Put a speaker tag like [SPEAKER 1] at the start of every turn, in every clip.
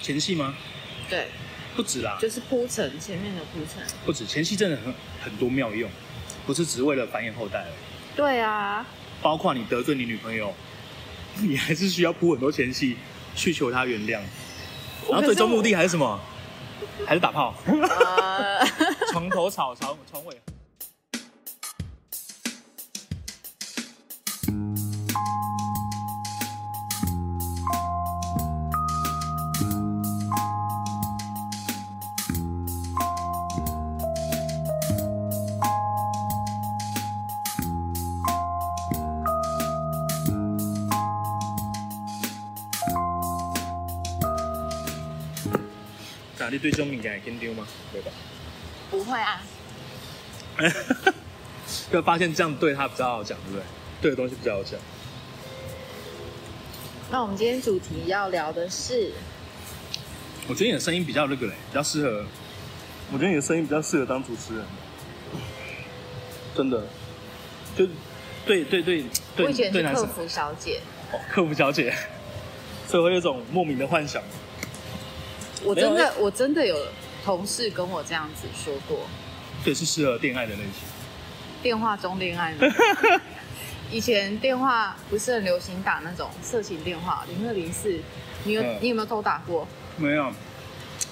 [SPEAKER 1] 前戏吗？
[SPEAKER 2] 对，
[SPEAKER 1] 不止啦，
[SPEAKER 2] 就是铺陈前面的铺陈。
[SPEAKER 1] 不止前戏真的很很多妙用，不是只为了繁衍后代而已，
[SPEAKER 2] 对啊，
[SPEAKER 1] 包括你得罪你女朋友， 你还是需要铺很多前戏去求她原谅，然后最终目的还是什么？还是打炮，
[SPEAKER 2] 呃，
[SPEAKER 1] 床头吵，床床尾。啊，你对这种物件会紧张吗？对吧？
[SPEAKER 2] 不会啊，
[SPEAKER 1] 就发现这样对他比较好讲，对不对？对的东西比较好讲。
[SPEAKER 2] 那我们今天主题要聊的是，
[SPEAKER 1] 我觉得你的声音比较那个嘞，比较适合。我觉得你的声音比较适合当主持人，真的。就对对对
[SPEAKER 2] 我以
[SPEAKER 1] 对
[SPEAKER 2] 前
[SPEAKER 1] 对
[SPEAKER 2] 是
[SPEAKER 1] 男
[SPEAKER 2] 客
[SPEAKER 1] 生，
[SPEAKER 2] 服小姐，
[SPEAKER 1] 哦客服小姐，所以会有一种莫名的幻想。
[SPEAKER 2] 我
[SPEAKER 1] 没有
[SPEAKER 2] 真的我真的有同事跟我这样子说过，
[SPEAKER 1] 对，是适合恋爱的类型。
[SPEAKER 2] 电话中恋爱 吗？以前电话不是很流行打那种色情电话，零二零四，你有
[SPEAKER 1] 嗯
[SPEAKER 2] 你有没有偷打过？
[SPEAKER 1] 没有，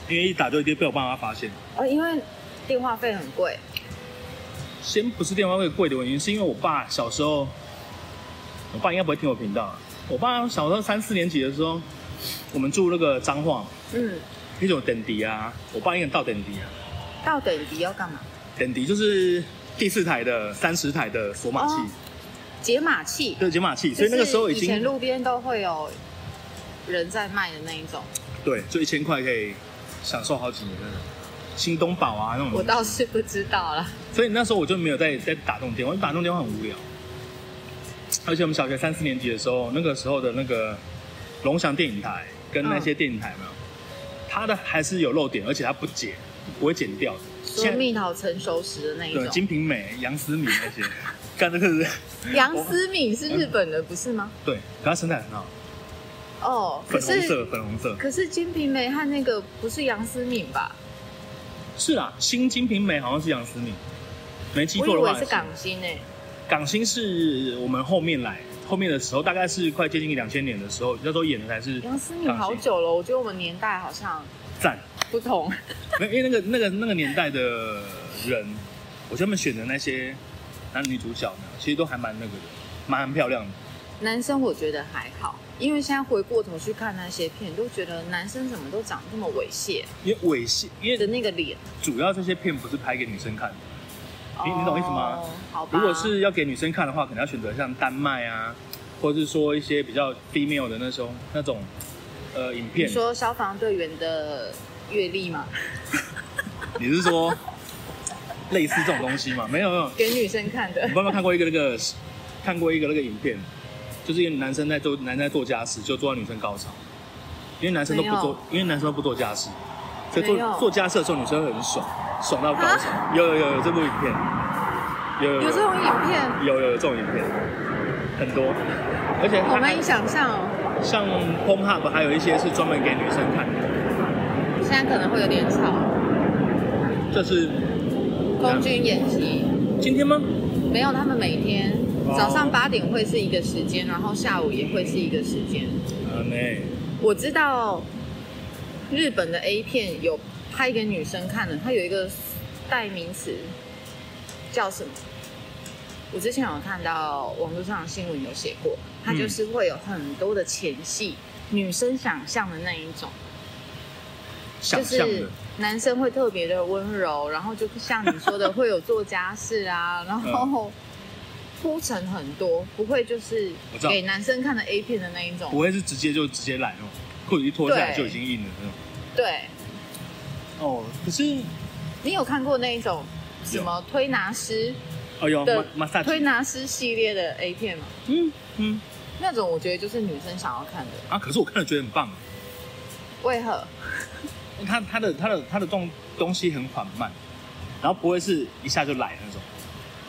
[SPEAKER 1] 因为一打就一定被我爸妈发现。
[SPEAKER 2] 呃，因为电话费很贵，
[SPEAKER 1] 先不是电话费贵的原因，是因为我爸小时候，我爸应该不会听我频道啊。我爸小时候三四年级的时候，我们住那个彰化，
[SPEAKER 2] 嗯，
[SPEAKER 1] 那种等迪啊，我爸一个人到等迪啊，
[SPEAKER 2] 到等级要干嘛？
[SPEAKER 1] 等迪就是第四台的三十台的索马器，
[SPEAKER 2] 哦解码器，
[SPEAKER 1] 对解码器，所以那个时候已
[SPEAKER 2] 就是以前
[SPEAKER 1] 经
[SPEAKER 2] 路边都会有人在卖的那一种，
[SPEAKER 1] 对，就一千块可以享受好几年的新东宝啊那种东西。
[SPEAKER 2] 我倒是不知道啦。
[SPEAKER 1] 所以那时候我就没有在在打这种电话，因为打这种电话很无聊。而且我们小学三四年级的时候，那个时候的那个龙翔电影台跟那些电影台嘛，它的还是有漏点，而且它不解，不会剪掉的。
[SPEAKER 2] 说蜜桃成熟时的那一
[SPEAKER 1] 对
[SPEAKER 2] 种。
[SPEAKER 1] 金瓶梅、杨思敏那些，干这个是
[SPEAKER 2] 杨思敏是日本的，不是吗？
[SPEAKER 1] 对，可她身材很好，
[SPEAKER 2] 哦，可
[SPEAKER 1] 粉红
[SPEAKER 2] 是
[SPEAKER 1] 色，粉红色。
[SPEAKER 2] 可是金瓶梅和那个不是杨思敏吧？
[SPEAKER 1] 是啦，新金瓶梅好像是杨思敏，没记
[SPEAKER 2] 我
[SPEAKER 1] 错
[SPEAKER 2] 以
[SPEAKER 1] 的话
[SPEAKER 2] 为是港星欸诶、
[SPEAKER 1] 港星是我们后面来，后面的时候大概是快接近两千年的时候，那时候演的才是
[SPEAKER 2] 杨思敏好久了，我觉得我们年代好像
[SPEAKER 1] 赞。
[SPEAKER 2] 不同。
[SPEAKER 1] 没有，因为那个那个那个年代的人，我觉得他们选的那些男女主角呢，其实都还蛮那个的，蛮漂亮的。
[SPEAKER 2] 男生我觉得还好，因为现在回过头去看那些片，都觉得男生怎么都长这么猥亵
[SPEAKER 1] 因为猥亵，因
[SPEAKER 2] 的
[SPEAKER 1] 为
[SPEAKER 2] 那个脸。
[SPEAKER 1] 主要这些片不是拍给女生看的。你你懂意思吗
[SPEAKER 2] 哦？好吧。
[SPEAKER 1] 如果是要给女生看的话，可能要选择像丹麦啊，或者是说一些比较 female 的那种那种呃影
[SPEAKER 2] 你
[SPEAKER 1] 片。
[SPEAKER 2] 说消防队员的阅历 嘛，
[SPEAKER 1] 你是说类似这种东西吗？没有没有，
[SPEAKER 2] 给女生看的
[SPEAKER 1] 你有没有看过一个那个看过一个那个影片，就是一个男生在做男生在做家事，就做到女生高潮，因为男生都不做，因为男生都不做家事，所以
[SPEAKER 2] 没有
[SPEAKER 1] 做做家事的时候女生会很爽，爽到高潮。有有有有这部影片，有有
[SPEAKER 2] 有这种影片，
[SPEAKER 1] 有有有这种影片，很多，而且
[SPEAKER 2] 好
[SPEAKER 1] 它还
[SPEAKER 2] 难以想象哦。
[SPEAKER 1] 像 p o m Hub 还有一些是专门给女生看的，
[SPEAKER 2] 现在可能会有点吵。
[SPEAKER 1] 这是
[SPEAKER 2] 空军演习
[SPEAKER 1] 今天吗？
[SPEAKER 2] 没有，他们每天
[SPEAKER 1] 哦
[SPEAKER 2] 早上八点会是一个时间，然后下午也会是一个时间。
[SPEAKER 1] 啊没，
[SPEAKER 2] 我知道日本的 A 片有拍给女生看的，它有一个代名词叫什么？我之前有看到网络上的新闻有写过，它就是会有很多的前戏，女生想象的那一种，
[SPEAKER 1] 想
[SPEAKER 2] 就
[SPEAKER 1] 象
[SPEAKER 2] 是
[SPEAKER 1] 的，
[SPEAKER 2] 男生会特别的温柔，然后就像你说的会有做家事
[SPEAKER 1] 嗯
[SPEAKER 2] 啊，然后铺陈很多，不会就是
[SPEAKER 1] 我知道
[SPEAKER 2] 给男生看的 A 片的那一种
[SPEAKER 1] 不，会是直接就直接来哦，裤子一脱下来
[SPEAKER 2] 对
[SPEAKER 1] 就已经硬了那种。
[SPEAKER 2] 对。
[SPEAKER 1] 哦，可是
[SPEAKER 2] 你有看过那一种什么推拿师
[SPEAKER 1] 哦有
[SPEAKER 2] 的
[SPEAKER 1] 马马萨
[SPEAKER 2] 推拿师系列的 A 片吗？
[SPEAKER 1] 嗯嗯
[SPEAKER 2] 那种我觉得就是女生想要看的。
[SPEAKER 1] 啊，可是我看了觉得很棒，
[SPEAKER 2] 为何？
[SPEAKER 1] 他他的他的他的动东西很缓慢，然后不会是一下就来那种，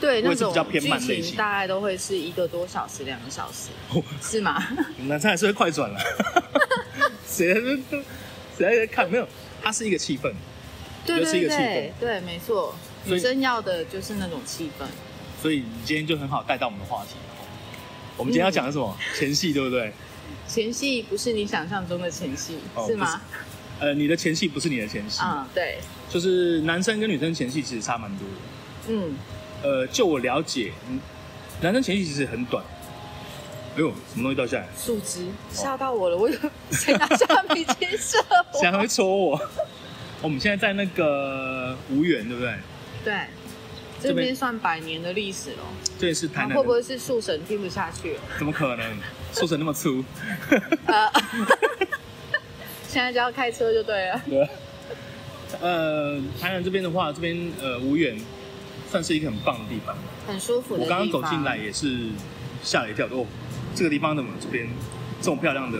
[SPEAKER 2] 对，
[SPEAKER 1] 我
[SPEAKER 2] 那
[SPEAKER 1] 也是
[SPEAKER 2] 种
[SPEAKER 1] 比较偏慢类型
[SPEAKER 2] 剧情大概都会是一个多小时、两个小时，
[SPEAKER 1] 哦
[SPEAKER 2] 是吗？
[SPEAKER 1] 男生还是会快转了，谁谁在看？没有，它是一个气氛。
[SPEAKER 2] 对
[SPEAKER 1] 就是一
[SPEAKER 2] 对
[SPEAKER 1] 个气
[SPEAKER 2] 对，对，没错，
[SPEAKER 1] 所
[SPEAKER 2] 女
[SPEAKER 1] 以
[SPEAKER 2] 生要的就是那种气氛。
[SPEAKER 1] 所以你今天就很好带到我们的话题。我们今天要讲的是什么？
[SPEAKER 2] 嗯
[SPEAKER 1] 前戏，对不对？
[SPEAKER 2] 前戏不是你想象中的前戏，
[SPEAKER 1] 哦
[SPEAKER 2] 是吗？
[SPEAKER 1] 呃，你的前戏不是你的前戏，
[SPEAKER 2] 嗯，对，
[SPEAKER 1] 就是男生跟女生前戏其实差蛮多的。
[SPEAKER 2] 嗯，
[SPEAKER 1] 呃，就我了解，嗯男生前戏其实很短。哎呦，什么东西掉下来？
[SPEAKER 2] 树枝
[SPEAKER 1] 哦
[SPEAKER 2] 吓到我了，我以为谁拿橡皮筋 射
[SPEAKER 1] 谁还
[SPEAKER 2] 我？
[SPEAKER 1] 会戳我？ 我们现在在那个无缘，对不对？
[SPEAKER 2] 对，
[SPEAKER 1] 这
[SPEAKER 2] 这
[SPEAKER 1] 边
[SPEAKER 2] 边算百年的历史了，
[SPEAKER 1] 这里是台
[SPEAKER 2] 啊
[SPEAKER 1] 南的，
[SPEAKER 2] 会不会是树神听不下去了？
[SPEAKER 1] 怎么可能？说成那么粗，
[SPEAKER 2] 呃， 现在就要开车就对了。
[SPEAKER 1] 对。啊呃，台南这边的话，这边呃无缘算是一个很棒的地方。
[SPEAKER 2] 很舒服的
[SPEAKER 1] 我
[SPEAKER 2] 地方。
[SPEAKER 1] 刚刚走进来，也是吓了一跳，哦，这个地方怎么这边这么漂亮的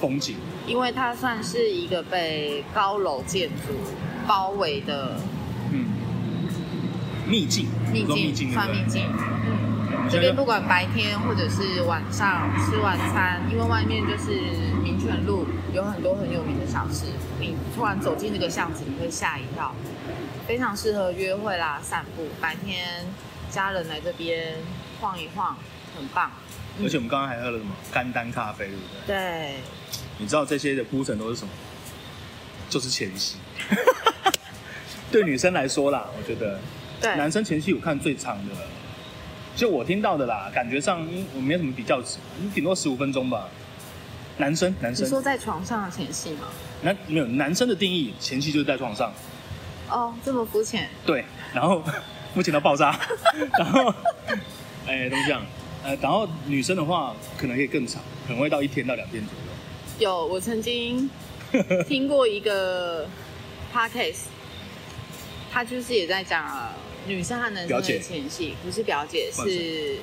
[SPEAKER 1] 风景？
[SPEAKER 2] 因为它算是一个被高楼建筑包围的
[SPEAKER 1] 嗯，秘境，
[SPEAKER 2] 秘
[SPEAKER 1] 你说
[SPEAKER 2] 境，
[SPEAKER 1] 秘境对
[SPEAKER 2] 算
[SPEAKER 1] 不
[SPEAKER 2] 秘
[SPEAKER 1] 对？
[SPEAKER 2] 境。嗯，这
[SPEAKER 1] 现在
[SPEAKER 2] 边不管白天或者是晚上吃晚餐，因为外面就是民权路，有很多很有名的小吃。你突然走进这个巷子，你会吓一跳，非常适合约会啦、散步。白天家人来这边晃一晃，很棒。
[SPEAKER 1] 而且我们刚刚还喝了什么干丹咖啡，对不对？
[SPEAKER 2] 对，
[SPEAKER 1] 你知道这些的铺陈都是什么？就是前戏。 对女生来说啦，我觉得
[SPEAKER 2] 对，
[SPEAKER 1] 男生前戏我看最长的，就我听到的啦，感觉上嗯我没什么比较值，顶多十五分钟吧。男生，男
[SPEAKER 2] 你说
[SPEAKER 1] 生，
[SPEAKER 2] 在床上的前戏吗？
[SPEAKER 1] 男没有男生的定义，前戏就是在床上，
[SPEAKER 2] 哦，这么肤浅。
[SPEAKER 1] 对，然后 目前到爆炸， 然后，哎，怎么讲？呃，然后女生的话可能可以更长，可能会到一天到两天左右。
[SPEAKER 2] 有，我曾经听过一个 podcast，他就是也在讲、呃、女生和男
[SPEAKER 1] 表
[SPEAKER 2] 生
[SPEAKER 1] 姐
[SPEAKER 2] 的前戏，不是表姐
[SPEAKER 1] 不然
[SPEAKER 2] 是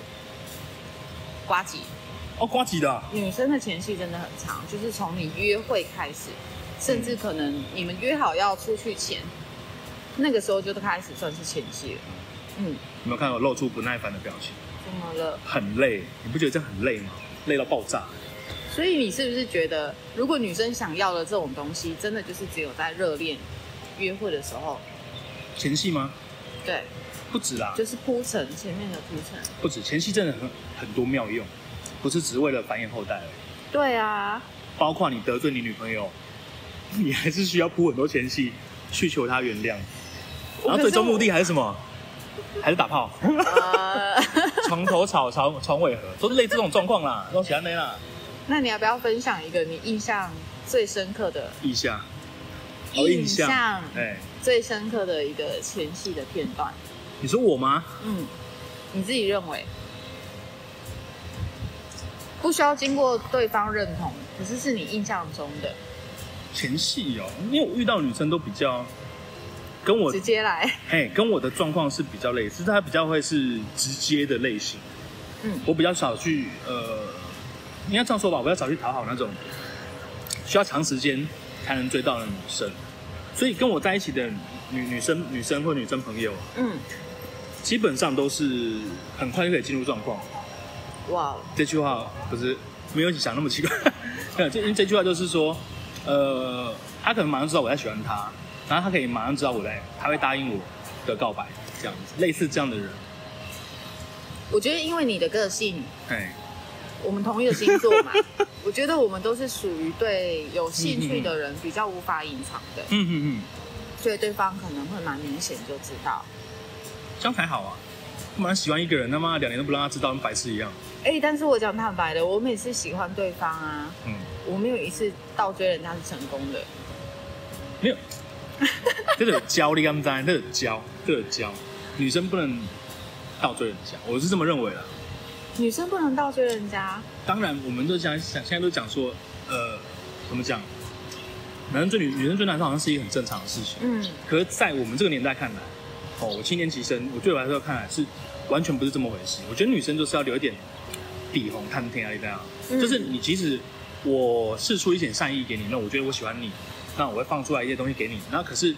[SPEAKER 2] 瓜吉。
[SPEAKER 1] 哦，瓜吉的啊、
[SPEAKER 2] 女生的前戏真的很长，就是从你约会开始，甚至可能你们约好要出去前，那个时候就开始算是前戏了。嗯，
[SPEAKER 1] 有没有看到我露出不耐烦的表情？
[SPEAKER 2] 怎么了？
[SPEAKER 1] 很累，你不觉得这样很累吗？累到爆炸。
[SPEAKER 2] 所以你是不是觉得，如果女生想要的这种东西，真的就是只有在热恋、约会的时候，
[SPEAKER 1] 前戏吗？
[SPEAKER 2] 对，
[SPEAKER 1] 不止啦，
[SPEAKER 2] 就是铺陈前面的铺陈。
[SPEAKER 1] 不止前戏真的很很多妙用，不是只为了繁衍后代而已，
[SPEAKER 2] 对啊，
[SPEAKER 1] 包括你得罪你女朋友， 你还是需要铺很多前戏去求她原谅。然后最终目的还是什么？还是打炮，
[SPEAKER 2] 呃，
[SPEAKER 1] 床头吵，床床尾和，都是类似这种状况啦，都喜欢那啦。
[SPEAKER 2] 那你要不要分享一个你印象最深刻的、
[SPEAKER 1] 意象，哦
[SPEAKER 2] 印
[SPEAKER 1] 象，
[SPEAKER 2] 象
[SPEAKER 1] 哎，
[SPEAKER 2] 最深刻的一个前戏的片段？
[SPEAKER 1] 你说我吗？
[SPEAKER 2] 嗯，你自己认为？不需要经过对方认同，可是是你印象中的，
[SPEAKER 1] 前戏哦，因为我遇到的女生都比较跟我
[SPEAKER 2] 直接来。
[SPEAKER 1] 嘿，跟我的状况是比较类似，她比较会是直接的类型。
[SPEAKER 2] 嗯
[SPEAKER 1] 我比较少去呃，应该这样说吧，我比较少去讨好那种需要长时间才能追到的女生。所以跟我在一起的女女生、女生或女生朋友，
[SPEAKER 2] 嗯，
[SPEAKER 1] 基本上都是很快就可以进入状况。
[SPEAKER 2] 哇哦，
[SPEAKER 1] 这句话不是没有想那么奇怪， 没有，这因为这句话就是说，呃，他可能马上知道我在喜欢他，然后他可以马上知道我在，他会答应我的告白，这样子，类似这样的人，
[SPEAKER 2] 我觉得因为你的个性，
[SPEAKER 1] 哎，
[SPEAKER 2] 我们同一个星座 嘛，我觉得我们都是属于对有兴趣的人比较无法隐藏的，
[SPEAKER 1] 嗯嗯嗯，
[SPEAKER 2] 所以对方可能会蛮明显就知道。
[SPEAKER 1] 这样才好啊，不然喜欢一个人，他妈两年都不让他知道，跟白痴一样，
[SPEAKER 2] 哎、但是我讲坦白的，我每次喜欢对方啊，
[SPEAKER 1] 嗯，
[SPEAKER 2] 我没有一次倒追人家是成功的。
[SPEAKER 1] 没有，这个教你刚才，这个教，这个教，女生不能倒追人家，我是这么认为的。
[SPEAKER 2] 女生不能倒追人家，
[SPEAKER 1] 当然，我们都讲想现在都讲说，呃，怎么讲，男生追女女生追男生好像是一个很正常的事情。
[SPEAKER 2] 嗯，
[SPEAKER 1] 可是，在我们这个年代看来，哦，我青年级生，我对我来说看来是完全不是这么回事。我觉得女生就是要留一点底红看天啊，这样，
[SPEAKER 2] 嗯
[SPEAKER 1] 就是你即使我试出一点善意给你，那我觉得我喜欢你，那我会放出来一些东西给你，那可是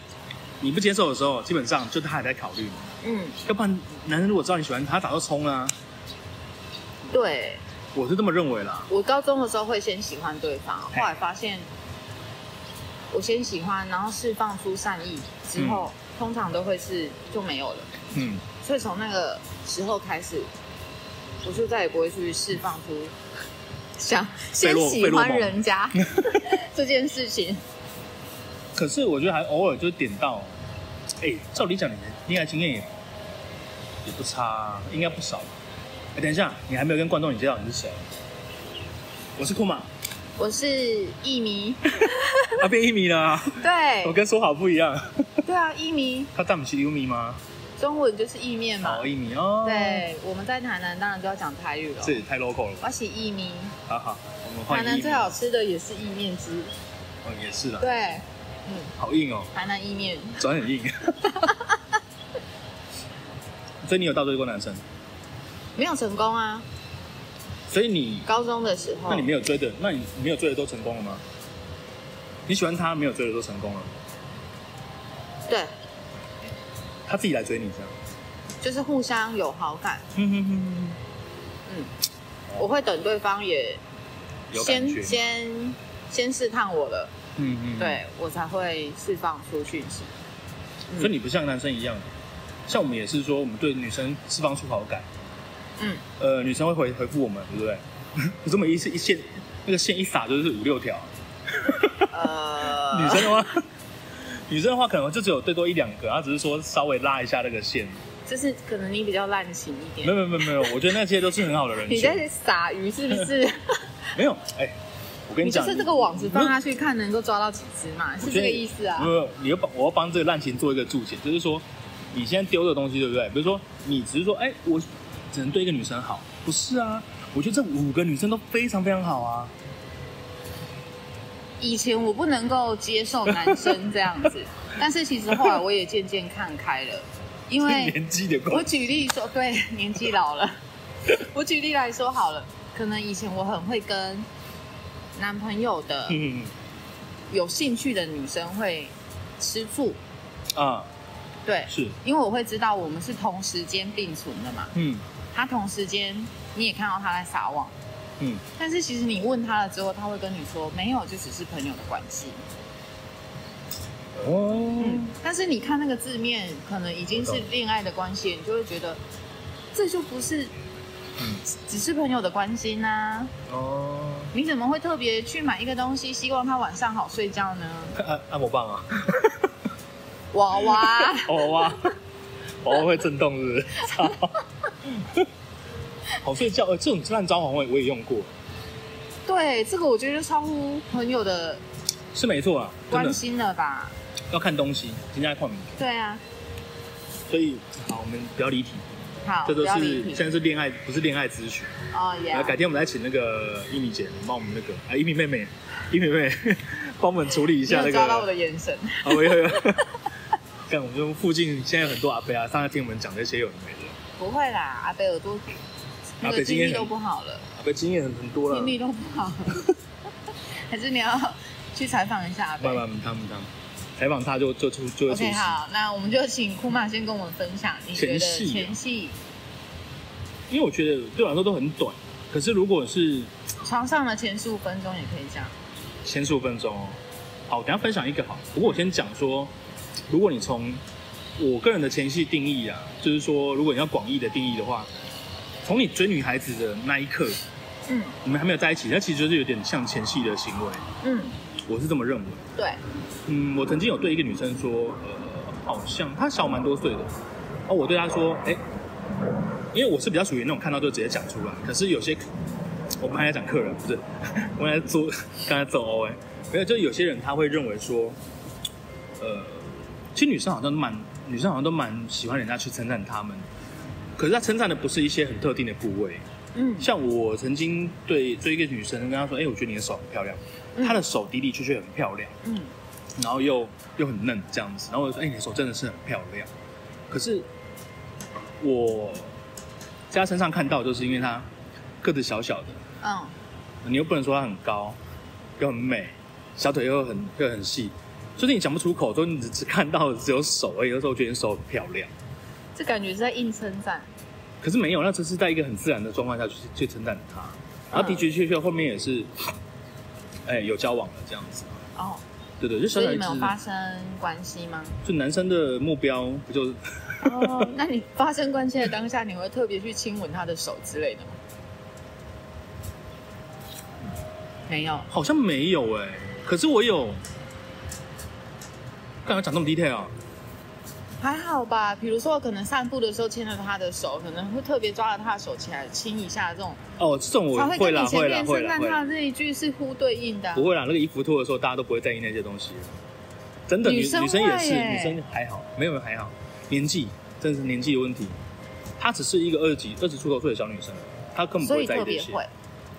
[SPEAKER 1] 你不接受的时候，基本上就他还在考虑，
[SPEAKER 2] 嗯，
[SPEAKER 1] 要不然男生如果知道你喜欢他，早就冲啊啦、
[SPEAKER 2] 对
[SPEAKER 1] 我是这么认为啦。
[SPEAKER 2] 我高中的时候会先喜欢对方，后来发现我先喜欢，然后释放出善意之后，通常都会是就没有了。
[SPEAKER 1] 嗯，
[SPEAKER 2] 所以从那个时候开始，我就再也不会去释放出想
[SPEAKER 1] 贝
[SPEAKER 2] 先
[SPEAKER 1] 洛
[SPEAKER 2] 喜
[SPEAKER 1] 贝洛
[SPEAKER 2] 欢
[SPEAKER 1] 蒙
[SPEAKER 2] 人 家这件事情。
[SPEAKER 1] 可是我觉得还偶尔就点到，哎、照理讲你的恋爱经验也也不差啊，应该不少吧。哎、等一下，你还没有跟观众你介绍你是谁？啊我是 库玛，
[SPEAKER 2] 我是艺 迷，
[SPEAKER 1] 啊变一米了啊、我
[SPEAKER 2] 对
[SPEAKER 1] 跟说好不一样。
[SPEAKER 2] 对啊，艺迷，
[SPEAKER 1] 他大米是 U 米吗？
[SPEAKER 2] 中文就是意面嘛
[SPEAKER 1] 好。一米哦，，
[SPEAKER 2] 对，我们在台南当然就要讲台语了。
[SPEAKER 1] 这也太 local 了吧？
[SPEAKER 2] 我是意面，
[SPEAKER 1] 好好，我们换
[SPEAKER 2] 台
[SPEAKER 1] 一
[SPEAKER 2] 南
[SPEAKER 1] 米
[SPEAKER 2] 最。好吃的也是意面汁。
[SPEAKER 1] 哦，也是啦，
[SPEAKER 2] 对，
[SPEAKER 1] 好硬哦，
[SPEAKER 2] 台南意面
[SPEAKER 1] 转 很硬。所以你有倒追过男生，
[SPEAKER 2] 没有成功啊，
[SPEAKER 1] 所以你
[SPEAKER 2] 高中的时候。
[SPEAKER 1] 那你没有追的，那你没有追的都成功了吗？你喜欢他，没有追的都成功了，
[SPEAKER 2] 对，
[SPEAKER 1] 他自己来追你这样。
[SPEAKER 2] 就是互相有好感。
[SPEAKER 1] 哼哼哼哼
[SPEAKER 2] 嗯，我会等对方也
[SPEAKER 1] 哼有感
[SPEAKER 2] 先
[SPEAKER 1] 觉。
[SPEAKER 2] 先先试探我了，
[SPEAKER 1] 嗯嗯。。
[SPEAKER 2] 对我才会释放出讯息。嗯
[SPEAKER 1] 所以你不像男生一样，像我们也是说，我们对女生释放出好感，
[SPEAKER 2] 嗯，
[SPEAKER 1] 呃，女生会回回复我们，对不对？ 可是我们一次一线，那个线一撒就是五六条。
[SPEAKER 2] 呃，
[SPEAKER 1] 女生的话， 女生的话可能就只有最多一两个，她只是说稍微拉一下那个线。
[SPEAKER 2] 就是可能你比较滥情一
[SPEAKER 1] 没
[SPEAKER 2] 点。
[SPEAKER 1] 有没有没有没有，我觉得那些都是很好的 人
[SPEAKER 2] 你
[SPEAKER 1] 选。
[SPEAKER 2] 在撒鱼是不是？
[SPEAKER 1] 没有，哎、我跟
[SPEAKER 2] 你就
[SPEAKER 1] 讲，
[SPEAKER 2] 是这个网子放
[SPEAKER 1] 没有
[SPEAKER 2] 下去，看能够抓到几只嘛，是这个意思啊
[SPEAKER 1] 没？有，你要帮我要帮这个滥情做一个注解，就是说你现在丢的东西，对不对？比如说你只是说，哎、我只能对一个女生好，不是啊？我觉得这五个女生都非常非常好啊。
[SPEAKER 2] 以前我不能够接受男生这样子，但是其实后来我也渐渐看开了，因为
[SPEAKER 1] 年纪的
[SPEAKER 2] 我
[SPEAKER 1] 关，
[SPEAKER 2] 举例说，对， 年纪老了。我举例来说好了，可能以前我很会跟男朋友的
[SPEAKER 1] 嗯
[SPEAKER 2] 有兴趣的女生会吃醋，
[SPEAKER 1] 啊，
[SPEAKER 2] 对，
[SPEAKER 1] 是，
[SPEAKER 2] 因为我会知道我们是同时间并存的嘛。
[SPEAKER 1] 嗯
[SPEAKER 2] 他同时间你也看到他在撒网，
[SPEAKER 1] 嗯，
[SPEAKER 2] 但是其实你问他了之后，他会跟你说没有，就只是朋友的关系。
[SPEAKER 1] 哦，
[SPEAKER 2] 嗯，但是你看那个字面，可能已经是
[SPEAKER 1] 我懂
[SPEAKER 2] 恋爱的关系，你就会觉得这就不是
[SPEAKER 1] 嗯
[SPEAKER 2] 只是朋友的关心呐、
[SPEAKER 1] 哦，
[SPEAKER 2] 你怎么会特别去买一个东西，希望他晚上好睡觉呢？
[SPEAKER 1] 按按摩棒啊，
[SPEAKER 2] 娃娃，
[SPEAKER 1] 哦哇，哦会震动是不是？ 操，好睡觉，呃，这种烂招行我也我也用过，
[SPEAKER 2] 对这个我觉得超乎朋友的
[SPEAKER 1] 是没错啊，真
[SPEAKER 2] 关
[SPEAKER 1] 的
[SPEAKER 2] 心了吧？
[SPEAKER 1] 要看东西，今天在看名。
[SPEAKER 2] 对啊，
[SPEAKER 1] 所以好，我们不要离题，
[SPEAKER 2] 好，
[SPEAKER 1] 这
[SPEAKER 2] 不
[SPEAKER 1] 都
[SPEAKER 2] 要
[SPEAKER 1] 是
[SPEAKER 2] 离题
[SPEAKER 1] 现在是恋爱，不是恋爱咨询。
[SPEAKER 2] 哦
[SPEAKER 1] 然后改
[SPEAKER 2] 耶，
[SPEAKER 1] 天我们再请那个一米姐帮我们那个啊一米妹妹，一米妹妹帮我们处理一
[SPEAKER 2] 你
[SPEAKER 1] 下
[SPEAKER 2] 有
[SPEAKER 1] 那个。
[SPEAKER 2] 抓到我的眼神，
[SPEAKER 1] 啊，我有有。看，我们就附近现在有很多阿伯啊，上来听我们讲这些有的没的，
[SPEAKER 2] 不会啦，阿贝耳朵那
[SPEAKER 1] 阿贝
[SPEAKER 2] 个
[SPEAKER 1] 今
[SPEAKER 2] 听
[SPEAKER 1] 天
[SPEAKER 2] 力
[SPEAKER 1] 很
[SPEAKER 2] 都不好了，
[SPEAKER 1] 阿伯经验很很多了
[SPEAKER 2] 听。力都不好了， 还是你要去采访一下阿贝
[SPEAKER 1] 慢慢，他们他们采访他就就出就会出
[SPEAKER 2] OK，
[SPEAKER 1] 事。
[SPEAKER 2] 好，那我们就请库玛先跟我们分享，你觉得
[SPEAKER 1] 前戏啊
[SPEAKER 2] 前戏
[SPEAKER 1] 因为我觉得对我来说都很短，可是如果是
[SPEAKER 2] 床上的前十五分钟也可以讲，
[SPEAKER 1] 前十五分钟哦。好，等一下分享一个好。不过我先讲说，如果你从我个人的前戏定义啊，就是说，如果你要广义的定义的话，从你追女孩子的那一刻，
[SPEAKER 2] 嗯
[SPEAKER 1] 你们还没有在一起，那其实就是有点像前戏的行为，
[SPEAKER 2] 嗯，
[SPEAKER 1] 我是这么认为。
[SPEAKER 2] 对，
[SPEAKER 1] 嗯，我曾经有对一个女生说，呃，好像她小我蛮多岁的，哦，我对她说，哎、因为我是比较属于那种看到就直接讲出来，可是有些我们还在讲客人，不是， 我们在做刚才走欧哎，没有，就有些人他会认为说，呃，其实女生好像都蛮女生好像都蛮喜欢人家去称赞她们，可是她称赞的不是一些很特定的部位，
[SPEAKER 2] 嗯
[SPEAKER 1] 像我曾经对追一个女生，跟她说，哎、我觉得你的手很漂亮，
[SPEAKER 2] 嗯
[SPEAKER 1] 她的手的的确确很漂亮。
[SPEAKER 2] 嗯。
[SPEAKER 1] 然后又又很嫩这样子，然后我就说：“哎、你的手真的是很漂亮。”可是我在他身上看到，就是因为他个子小小的，
[SPEAKER 2] 嗯，
[SPEAKER 1] 你又不能说他很高，又很美，小腿又很又很细，就是你讲不出口，所以你只只看到的只有手而已。有时候我觉得你手很漂亮，
[SPEAKER 2] 这感觉是在硬称赞。
[SPEAKER 1] 可是没有，那只是在一个很自然的状况下去去称赞他。然后的的确确后面也是，哎、有交往了这样子。
[SPEAKER 2] 哦，
[SPEAKER 1] 对对，就小
[SPEAKER 2] 所以
[SPEAKER 1] 小
[SPEAKER 2] 你
[SPEAKER 1] 一只
[SPEAKER 2] 们有，发生关系吗？
[SPEAKER 1] 就男生的目标不就是
[SPEAKER 2] 哦， 那你发生关系的当下，你会特别去亲吻他的手之类的吗？没有，
[SPEAKER 1] 好像没有哎、可是我有，干嘛讲那么 detail 啊？
[SPEAKER 2] 还好吧。比如说，可能散步的时候牵着他的手，可能会特别抓着他的手起来亲一下，这种
[SPEAKER 1] 哦，这种我
[SPEAKER 2] 才会
[SPEAKER 1] 会
[SPEAKER 2] 跟
[SPEAKER 1] 啦
[SPEAKER 2] 你前
[SPEAKER 1] 会啦
[SPEAKER 2] 面
[SPEAKER 1] 会
[SPEAKER 2] 圣
[SPEAKER 1] 啦
[SPEAKER 2] 诞
[SPEAKER 1] 会
[SPEAKER 2] 他
[SPEAKER 1] 啦，
[SPEAKER 2] 的那一句是互对应的啊、
[SPEAKER 1] 不会啦。那个衣服脱的时候，大家都不会在意那些东西。真的，女
[SPEAKER 2] 女生
[SPEAKER 1] 女生也
[SPEAKER 2] 会
[SPEAKER 1] 是，
[SPEAKER 2] 耶
[SPEAKER 1] 女生还好，没有还好，年纪真的是年纪的问题。她只是一个二级二十出头岁的小女生，她根本不
[SPEAKER 2] 所
[SPEAKER 1] 会
[SPEAKER 2] 以
[SPEAKER 1] 在意
[SPEAKER 2] 特
[SPEAKER 1] 这
[SPEAKER 2] 别
[SPEAKER 1] 些
[SPEAKER 2] 会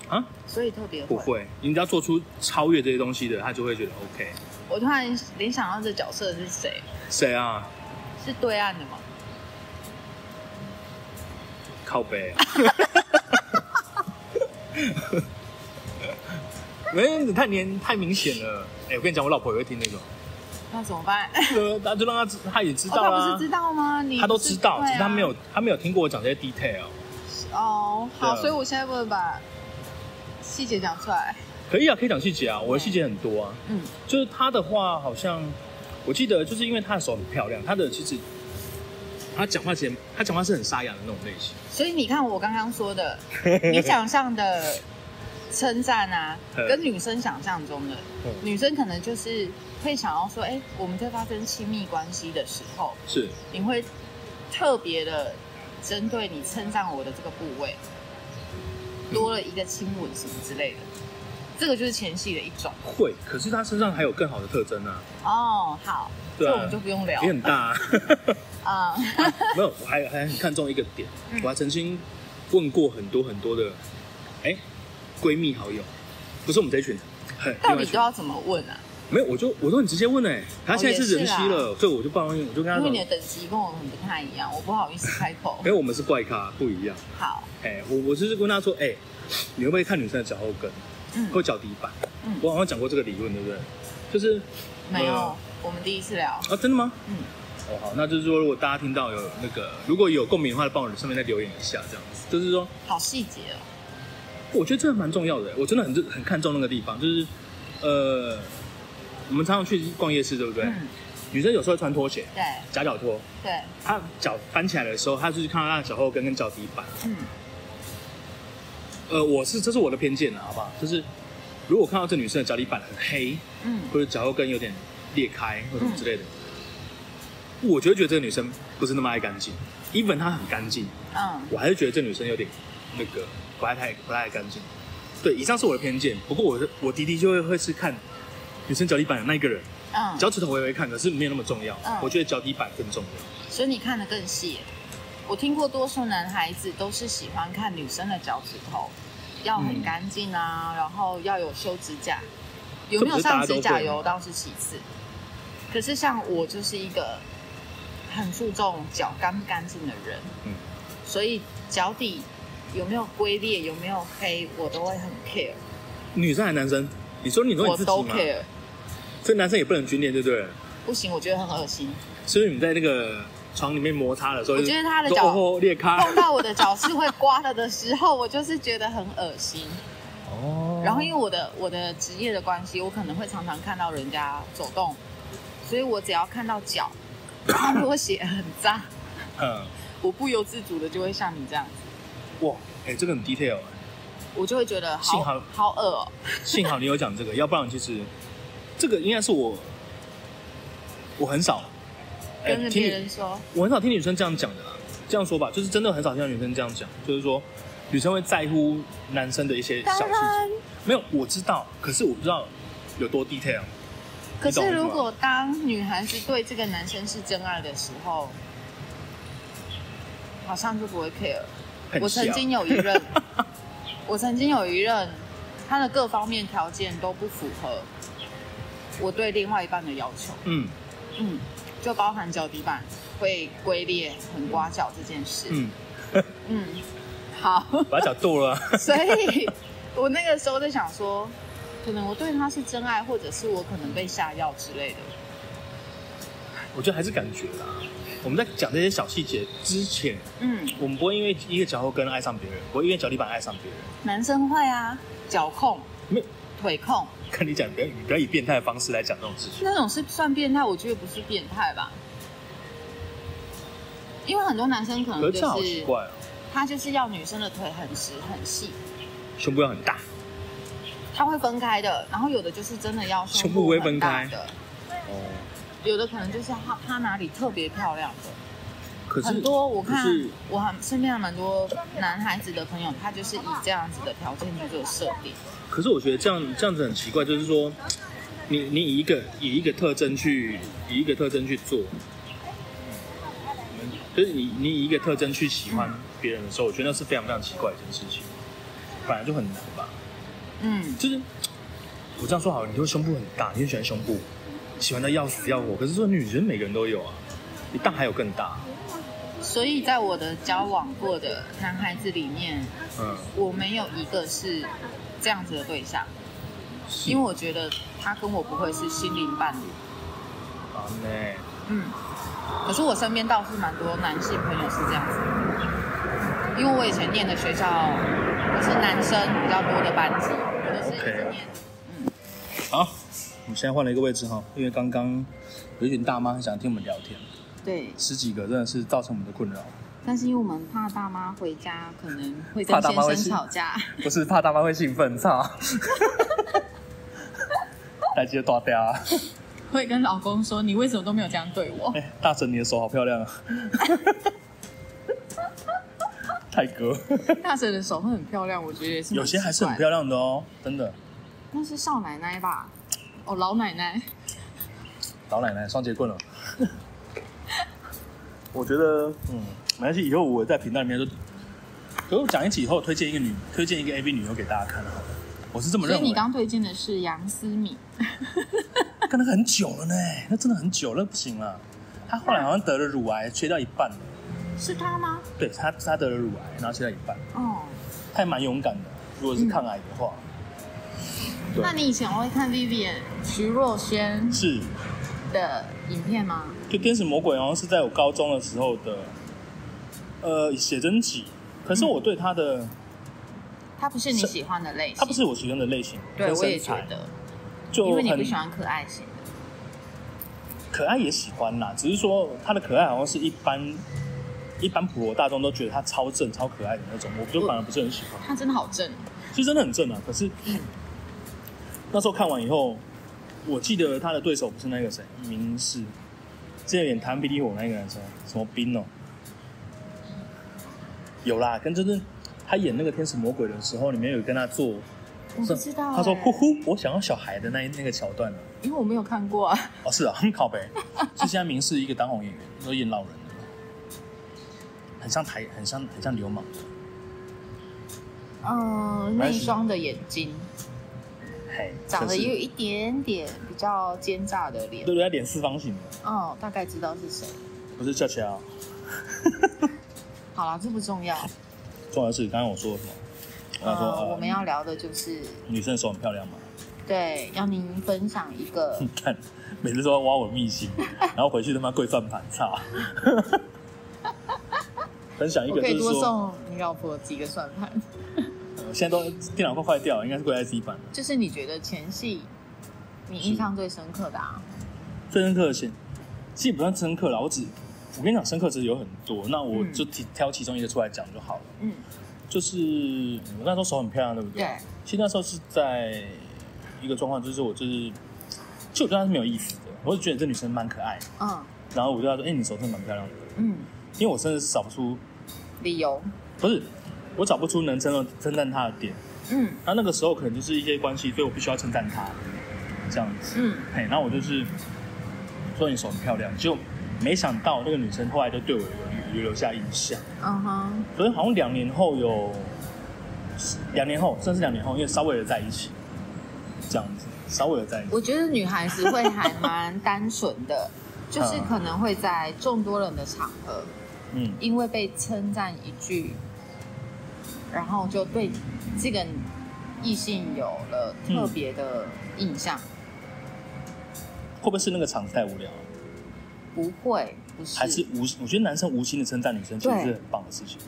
[SPEAKER 1] 啊，
[SPEAKER 2] 所以特别
[SPEAKER 1] 不会。你只要做出超越这些东西的，她就会觉得 OK。
[SPEAKER 2] 我突然联想到这角色是谁，
[SPEAKER 1] 谁啊？
[SPEAKER 2] 是对岸的吗？
[SPEAKER 1] 靠 背、啊。没，你太年太明显了。哎、我跟你讲，我老婆也会听那种，
[SPEAKER 2] 那怎么办？
[SPEAKER 1] 呃，那就让她知，她也知
[SPEAKER 2] 哦
[SPEAKER 1] 道
[SPEAKER 2] 他
[SPEAKER 1] 啦、
[SPEAKER 2] 不是知道吗？你
[SPEAKER 1] 她都
[SPEAKER 2] 不是
[SPEAKER 1] 知道，
[SPEAKER 2] 对啊
[SPEAKER 1] 只是她没有，她没有听过我讲这些 detail。
[SPEAKER 2] 哦。
[SPEAKER 1] 对啊
[SPEAKER 2] 好，所以我现在不能把细节讲出来。
[SPEAKER 1] 可以啊，可以讲细节啊，我的细节很多啊。
[SPEAKER 2] 嗯，
[SPEAKER 1] 就是她的话，好像我记得，就是因为她的手很漂亮，她的其实她讲话前，她讲话是很沙哑的那种类型。
[SPEAKER 2] 所以你看我刚刚说 的，你想象的称赞啊，
[SPEAKER 1] 嗯
[SPEAKER 2] 跟女生想象中的，
[SPEAKER 1] 嗯
[SPEAKER 2] 女生可能就是会想要说，哎、我们在发生亲密关系的时候，
[SPEAKER 1] 是，
[SPEAKER 2] 你会特别的针对你称赞我的这个部位，多了一个亲吻什么之类的，这个就是前戏的一种。
[SPEAKER 1] 会，可是她身上还有更好的特征啊，
[SPEAKER 2] 哦，好，
[SPEAKER 1] 对
[SPEAKER 2] 这
[SPEAKER 1] 啊
[SPEAKER 2] 我们就不用聊
[SPEAKER 1] 也很大、啊。
[SPEAKER 2] 啊。
[SPEAKER 1] 没有，我还还很看重一个点，
[SPEAKER 2] 嗯
[SPEAKER 1] 我还曾经问过很多很多的，哎，闺蜜好友，不是我们这一群，很
[SPEAKER 2] 到
[SPEAKER 1] 另外
[SPEAKER 2] 底
[SPEAKER 1] 一
[SPEAKER 2] 都哦
[SPEAKER 1] 群，
[SPEAKER 2] 要怎么问啊？
[SPEAKER 1] 没有，我就我都很直接问哎、他现在是人妻了，所以我就不好意思，我就跟他
[SPEAKER 2] 因为
[SPEAKER 1] 讲
[SPEAKER 2] 你，的等级跟我们不太一样，我不好意思开口
[SPEAKER 1] 哎，。我们是怪咖，不一样，
[SPEAKER 2] 好，
[SPEAKER 1] 哎，我我就是跟他说，哎，你会不会看女生的脚后跟
[SPEAKER 2] 嗯，
[SPEAKER 1] 或脚底板？
[SPEAKER 2] 嗯
[SPEAKER 1] 我好像讲过这个理论，对不对？就是
[SPEAKER 2] 没有
[SPEAKER 1] 呃，
[SPEAKER 2] 我们第一次聊。
[SPEAKER 1] 啊，真的吗？
[SPEAKER 2] 嗯，
[SPEAKER 1] 哦，好，那就是说，如果大家听到有那个，如果有共鸣的话，帮我上面再留言一下，这样子，就是说。
[SPEAKER 2] 好细节哦。
[SPEAKER 1] 我觉得这蛮重要的，我真的很很看重那个地方，就是呃，我们常常去逛夜市，对不对？
[SPEAKER 2] 嗯，
[SPEAKER 1] 女生有时候会穿拖鞋，
[SPEAKER 2] 对
[SPEAKER 1] 夹脚拖，
[SPEAKER 2] 对，
[SPEAKER 1] 她脚翻起来的时候，她就是看到她的脚后跟跟脚底板。
[SPEAKER 2] 嗯，
[SPEAKER 1] 呃，我是这是我的偏见啊，好不好？就是如果看到这女生的脚底板很黑，
[SPEAKER 2] 嗯，
[SPEAKER 1] 或者脚后跟有点裂开或者什么之类的，我就会觉得这个女生不是那么爱干净。even 她很干净，
[SPEAKER 2] 嗯，
[SPEAKER 1] 我还是觉得这女生有点那个不太太不太干净。对，以上是我的偏见，不过我是我的的就会会是看女生脚底板的那一个人，
[SPEAKER 2] 嗯，
[SPEAKER 1] 脚趾头我也会看，可是没有那么重要。
[SPEAKER 2] 嗯
[SPEAKER 1] 我觉得脚底板更重要。
[SPEAKER 2] 所以你看得更细耶。我听过多数男孩子都是喜欢看女生的脚趾头，要很干净啊，然后要有修指甲，有没有上指甲油倒是其次。可是像我就是一个很注重脚干不干净的人，
[SPEAKER 1] 嗯
[SPEAKER 2] 所以脚底有没有龟裂、有没有黑，我都会很 care，
[SPEAKER 1] 女生还是男生？你说你说你
[SPEAKER 2] 我
[SPEAKER 1] 自己
[SPEAKER 2] 都
[SPEAKER 1] 嘛？
[SPEAKER 2] care。
[SPEAKER 1] 所以男生也不能均恋，对不对？
[SPEAKER 2] 不行，我觉得很恶心。
[SPEAKER 1] 所以你在那个床里面摩擦的时候，
[SPEAKER 2] 我觉得他的
[SPEAKER 1] 就
[SPEAKER 2] 脚
[SPEAKER 1] 哦哦裂开
[SPEAKER 2] 碰到我的脚是会刮了的时候，我就是觉得很恶心。
[SPEAKER 1] 哦
[SPEAKER 2] 然后因为我的我的职业的关系，我可能会常常看到人家走动，所以我只要看到脚，他如果血很脏，
[SPEAKER 1] 嗯，
[SPEAKER 2] 我不由自主的就会像你这样子，
[SPEAKER 1] 哇，哎、这个很 detail 哎、
[SPEAKER 2] 我就会觉得好
[SPEAKER 1] 幸好
[SPEAKER 2] 好恶、哦。
[SPEAKER 1] 幸好你有讲 这个，要不然其实这个应该是我我很少哎
[SPEAKER 2] 跟着
[SPEAKER 1] 听
[SPEAKER 2] 别
[SPEAKER 1] 你
[SPEAKER 2] 人说，
[SPEAKER 1] 我很少听女生这样讲的啦。这样说吧，就是真的很少听到女生这样讲，就是说女生会在乎男生的一些小
[SPEAKER 2] 当
[SPEAKER 1] 细节。
[SPEAKER 2] 然。
[SPEAKER 1] 没有，我知道，可是我不知道有多 detail。
[SPEAKER 2] 可
[SPEAKER 1] 你
[SPEAKER 2] 是
[SPEAKER 1] 懂我意思吗
[SPEAKER 2] 如果当女孩子对这个男生是真爱的时候，好像就不会 care 了。
[SPEAKER 1] 很
[SPEAKER 2] 我曾
[SPEAKER 1] 小
[SPEAKER 2] 经有一任，我曾经有一任，他的各方面条件都不符合我对另外一半的要求，
[SPEAKER 1] 嗯
[SPEAKER 2] 嗯，就包含脚底板会龟裂、很刮脚这件事，嗯
[SPEAKER 1] 嗯，
[SPEAKER 2] 好，
[SPEAKER 1] 把脚剁了啊。
[SPEAKER 2] 所以我那个时候在想说，可能我对他是真爱，或者是我可能被下药之类的，
[SPEAKER 1] 我觉得还是感觉啦。我们在讲这些小细节之前，
[SPEAKER 2] 嗯，
[SPEAKER 1] 我们不会因为一个脚后跟爱上别人，不会因为脚底板爱上别人。
[SPEAKER 2] 男生会啊，脚控、
[SPEAKER 1] 没有
[SPEAKER 2] 腿控、
[SPEAKER 1] 跟你讲，不要你不要以变态的方式来讲这种事情。
[SPEAKER 2] 那种是算变态，我觉得不是变态吧。因为很多男生可能
[SPEAKER 1] 可是这
[SPEAKER 2] 就
[SPEAKER 1] 好奇
[SPEAKER 2] 是
[SPEAKER 1] 怪哦，
[SPEAKER 2] 他就是要女生的腿很直很细，
[SPEAKER 1] 胸部要很大，
[SPEAKER 2] 他会分开的。然后有的就是真的要
[SPEAKER 1] 胸部会分开
[SPEAKER 2] 很大的，
[SPEAKER 1] 哦，
[SPEAKER 2] 有的可能就是他他哪里特别漂亮的。
[SPEAKER 1] 可是
[SPEAKER 2] 很多我
[SPEAKER 1] 可
[SPEAKER 2] 看
[SPEAKER 1] 是
[SPEAKER 2] 我很身边还蛮多男孩子的朋友，他就是以这样子的条件去做设定。
[SPEAKER 1] 可是我觉得这样这样子很奇怪，就是说，你你以一个以一个特征去以一个特征去做，就是你你以一个特征去喜欢别人的时候，我觉得那是非常非常奇怪的一件事情，本来就很难吧。
[SPEAKER 2] 嗯，
[SPEAKER 1] 就是我这样说好了，你说胸部很大，你就喜欢胸部，喜欢的要死要活。可是说女人每个人都有啊，你大还有更大，
[SPEAKER 2] 所以在我的交往过的男孩子里面，
[SPEAKER 1] 嗯，
[SPEAKER 2] 我没有一个是这样子的对象，
[SPEAKER 1] 是
[SPEAKER 2] 因为我觉得他跟我不会是心灵伴侣。
[SPEAKER 1] 啊呢，
[SPEAKER 2] 嗯，可是我身边倒是蛮多男性朋友是这样子的，因为我以前念的学校我是男生比较多的班级，我都是一直念。
[SPEAKER 1] 好，我们现在换了一个位置哈，因为刚刚有一群大妈很想听我们聊天。
[SPEAKER 2] 对，
[SPEAKER 1] 十几个真的是造成我们的困扰，
[SPEAKER 2] 但是因为我们怕大妈回家可能会
[SPEAKER 1] 怕
[SPEAKER 2] 跟
[SPEAKER 1] 大
[SPEAKER 2] 先
[SPEAKER 1] 妈会
[SPEAKER 2] 生
[SPEAKER 1] 是
[SPEAKER 2] 吵架，
[SPEAKER 1] 不是怕大妈会兴奋，操！ 来接大雕啊！
[SPEAKER 2] 会跟老公说你为什么都没有这样对我。
[SPEAKER 1] 哎、大神你的手好漂亮啊！ 泰哥，
[SPEAKER 2] 大婶的手会很漂亮，我觉得也是蛮
[SPEAKER 1] 哎有些还是很
[SPEAKER 2] 奇怪
[SPEAKER 1] 漂亮的哦，真的。
[SPEAKER 2] 的，那是少奶奶吧？哦，老奶奶。
[SPEAKER 1] 老奶奶双节棍了。我觉得，嗯，没关系，以后我在频道里面就，可是我讲一起以后推荐一个女，推荐一个 AV 女优给大家看好了。我是这么
[SPEAKER 2] 所
[SPEAKER 1] 认
[SPEAKER 2] 以
[SPEAKER 1] 为。
[SPEAKER 2] 你刚推荐的是杨思敏，
[SPEAKER 1] 跟那个很久了呢，那真的很久了，不行了。他后来好像得了乳癌，切掉一半了。
[SPEAKER 2] 是她吗？
[SPEAKER 1] 对他，他得了乳癌，然后切掉一半，
[SPEAKER 2] 哦，
[SPEAKER 1] 他还蛮勇敢的。如果是抗癌的话，对
[SPEAKER 2] 那你以前会看 Vivian 徐若瑄
[SPEAKER 1] 是
[SPEAKER 2] 的影片吗？
[SPEAKER 1] 就《天使魔鬼》好像是在我高中的时候的，呃，写真集。可是我对他的，
[SPEAKER 2] 嗯她不是你喜欢的类型，
[SPEAKER 1] 他不是我喜欢的类型，
[SPEAKER 2] 对
[SPEAKER 1] 跟
[SPEAKER 2] 我也
[SPEAKER 1] 身
[SPEAKER 2] 觉
[SPEAKER 1] 材
[SPEAKER 2] 得，
[SPEAKER 1] 就
[SPEAKER 2] 因为你不
[SPEAKER 1] 很
[SPEAKER 2] 喜欢可爱型的，
[SPEAKER 1] 可爱也喜欢啦，只是说他的可爱好像是一般一般普罗大众都觉得他超正、超可爱的那种，我就反而不是很喜欢。
[SPEAKER 2] 她真的好正，
[SPEAKER 1] 其实真的很正啊。可是、那时候看完以后，我记得他的对手不是那个谁，明世，之前演《弹霹雳火》那个男生，什么兵哦、有啦，跟真正他演那个天使魔鬼的时候，里面有跟他做，
[SPEAKER 2] 我不知道欸
[SPEAKER 1] 他说呼呼，我想要小孩的那一那个桥段呢、啊
[SPEAKER 2] 因为我没有看过啊。
[SPEAKER 1] 哦，是啊，很靠北。 是现在明世一个当红演员，都演老人了，很像台，很像很像流氓。
[SPEAKER 2] 嗯，那
[SPEAKER 1] 关
[SPEAKER 2] 一
[SPEAKER 1] 系
[SPEAKER 2] 双的眼睛，
[SPEAKER 1] 嘿，
[SPEAKER 2] 长得
[SPEAKER 1] 可是
[SPEAKER 2] 也有一点点比较奸诈的脸，
[SPEAKER 1] 对对，他脸四方形的，
[SPEAKER 2] 哦，大概知道是谁。
[SPEAKER 1] 不是哦翘翘。
[SPEAKER 2] 好了，这不重 要，
[SPEAKER 1] 啊重要的是刚刚我说了什么？我刚才说、
[SPEAKER 2] 呃，
[SPEAKER 1] 呃
[SPEAKER 2] 我们要聊的就是，
[SPEAKER 1] 女生手很漂亮嘛，
[SPEAKER 2] 对，要您分享一个
[SPEAKER 1] 你看每次都要挖我秘 辛，然后回去他妈跪算盘，操！ 分 享一
[SPEAKER 2] 我
[SPEAKER 1] 个
[SPEAKER 2] 可以
[SPEAKER 1] 就是
[SPEAKER 2] 多
[SPEAKER 1] 说，
[SPEAKER 2] 送你老婆几个算盘，
[SPEAKER 1] 呃现在都电脑快坏掉了，应该是跪 IC 版的。
[SPEAKER 2] 就是你觉得前戏你印象最深刻的啊？
[SPEAKER 1] 最深刻的先，其实也不算深刻啦，我只我跟你讲，深刻其实有很多，那我
[SPEAKER 2] 嗯
[SPEAKER 1] 就提挑其中一个出来讲就好了。
[SPEAKER 2] 嗯，
[SPEAKER 1] 就是我那时候手很漂亮，对不对？
[SPEAKER 2] 对，
[SPEAKER 1] 其实那时候是在一个状况，就是我就是，其实我对她是没有意思的，我只觉得这女生蛮可爱的，
[SPEAKER 2] 嗯
[SPEAKER 1] 然后我对她说：“哎、你手真的蛮漂亮的。”
[SPEAKER 2] 嗯，
[SPEAKER 1] 因为我真的是找不出，
[SPEAKER 2] 理由，
[SPEAKER 1] 不是我找不出能称的称赞他的点。
[SPEAKER 2] 嗯
[SPEAKER 1] 那那个时候可能就是一些关系，所以我必须要称赞他，这样子。
[SPEAKER 2] 嗯
[SPEAKER 1] 嘿，然后我就是说你手很漂亮，就没想到那个女生后来就对我有有留下印象。
[SPEAKER 2] 嗯哼，
[SPEAKER 1] 所以好像两年后有，两年后，甚至两年后，因为稍微的在一起，这样子，稍微的在一起。
[SPEAKER 2] 我觉得女孩子会还蛮单纯 的，就是可能会在众多人的场合，
[SPEAKER 1] 嗯，
[SPEAKER 2] 因为被称赞一句，然后就对这个异性有了特别的印象。
[SPEAKER 1] 会不会是那个场子太无聊？
[SPEAKER 2] 不会，不是，
[SPEAKER 1] 还是无？我觉得男生无心的称赞女生，其实
[SPEAKER 2] 对
[SPEAKER 1] 是很棒的事情。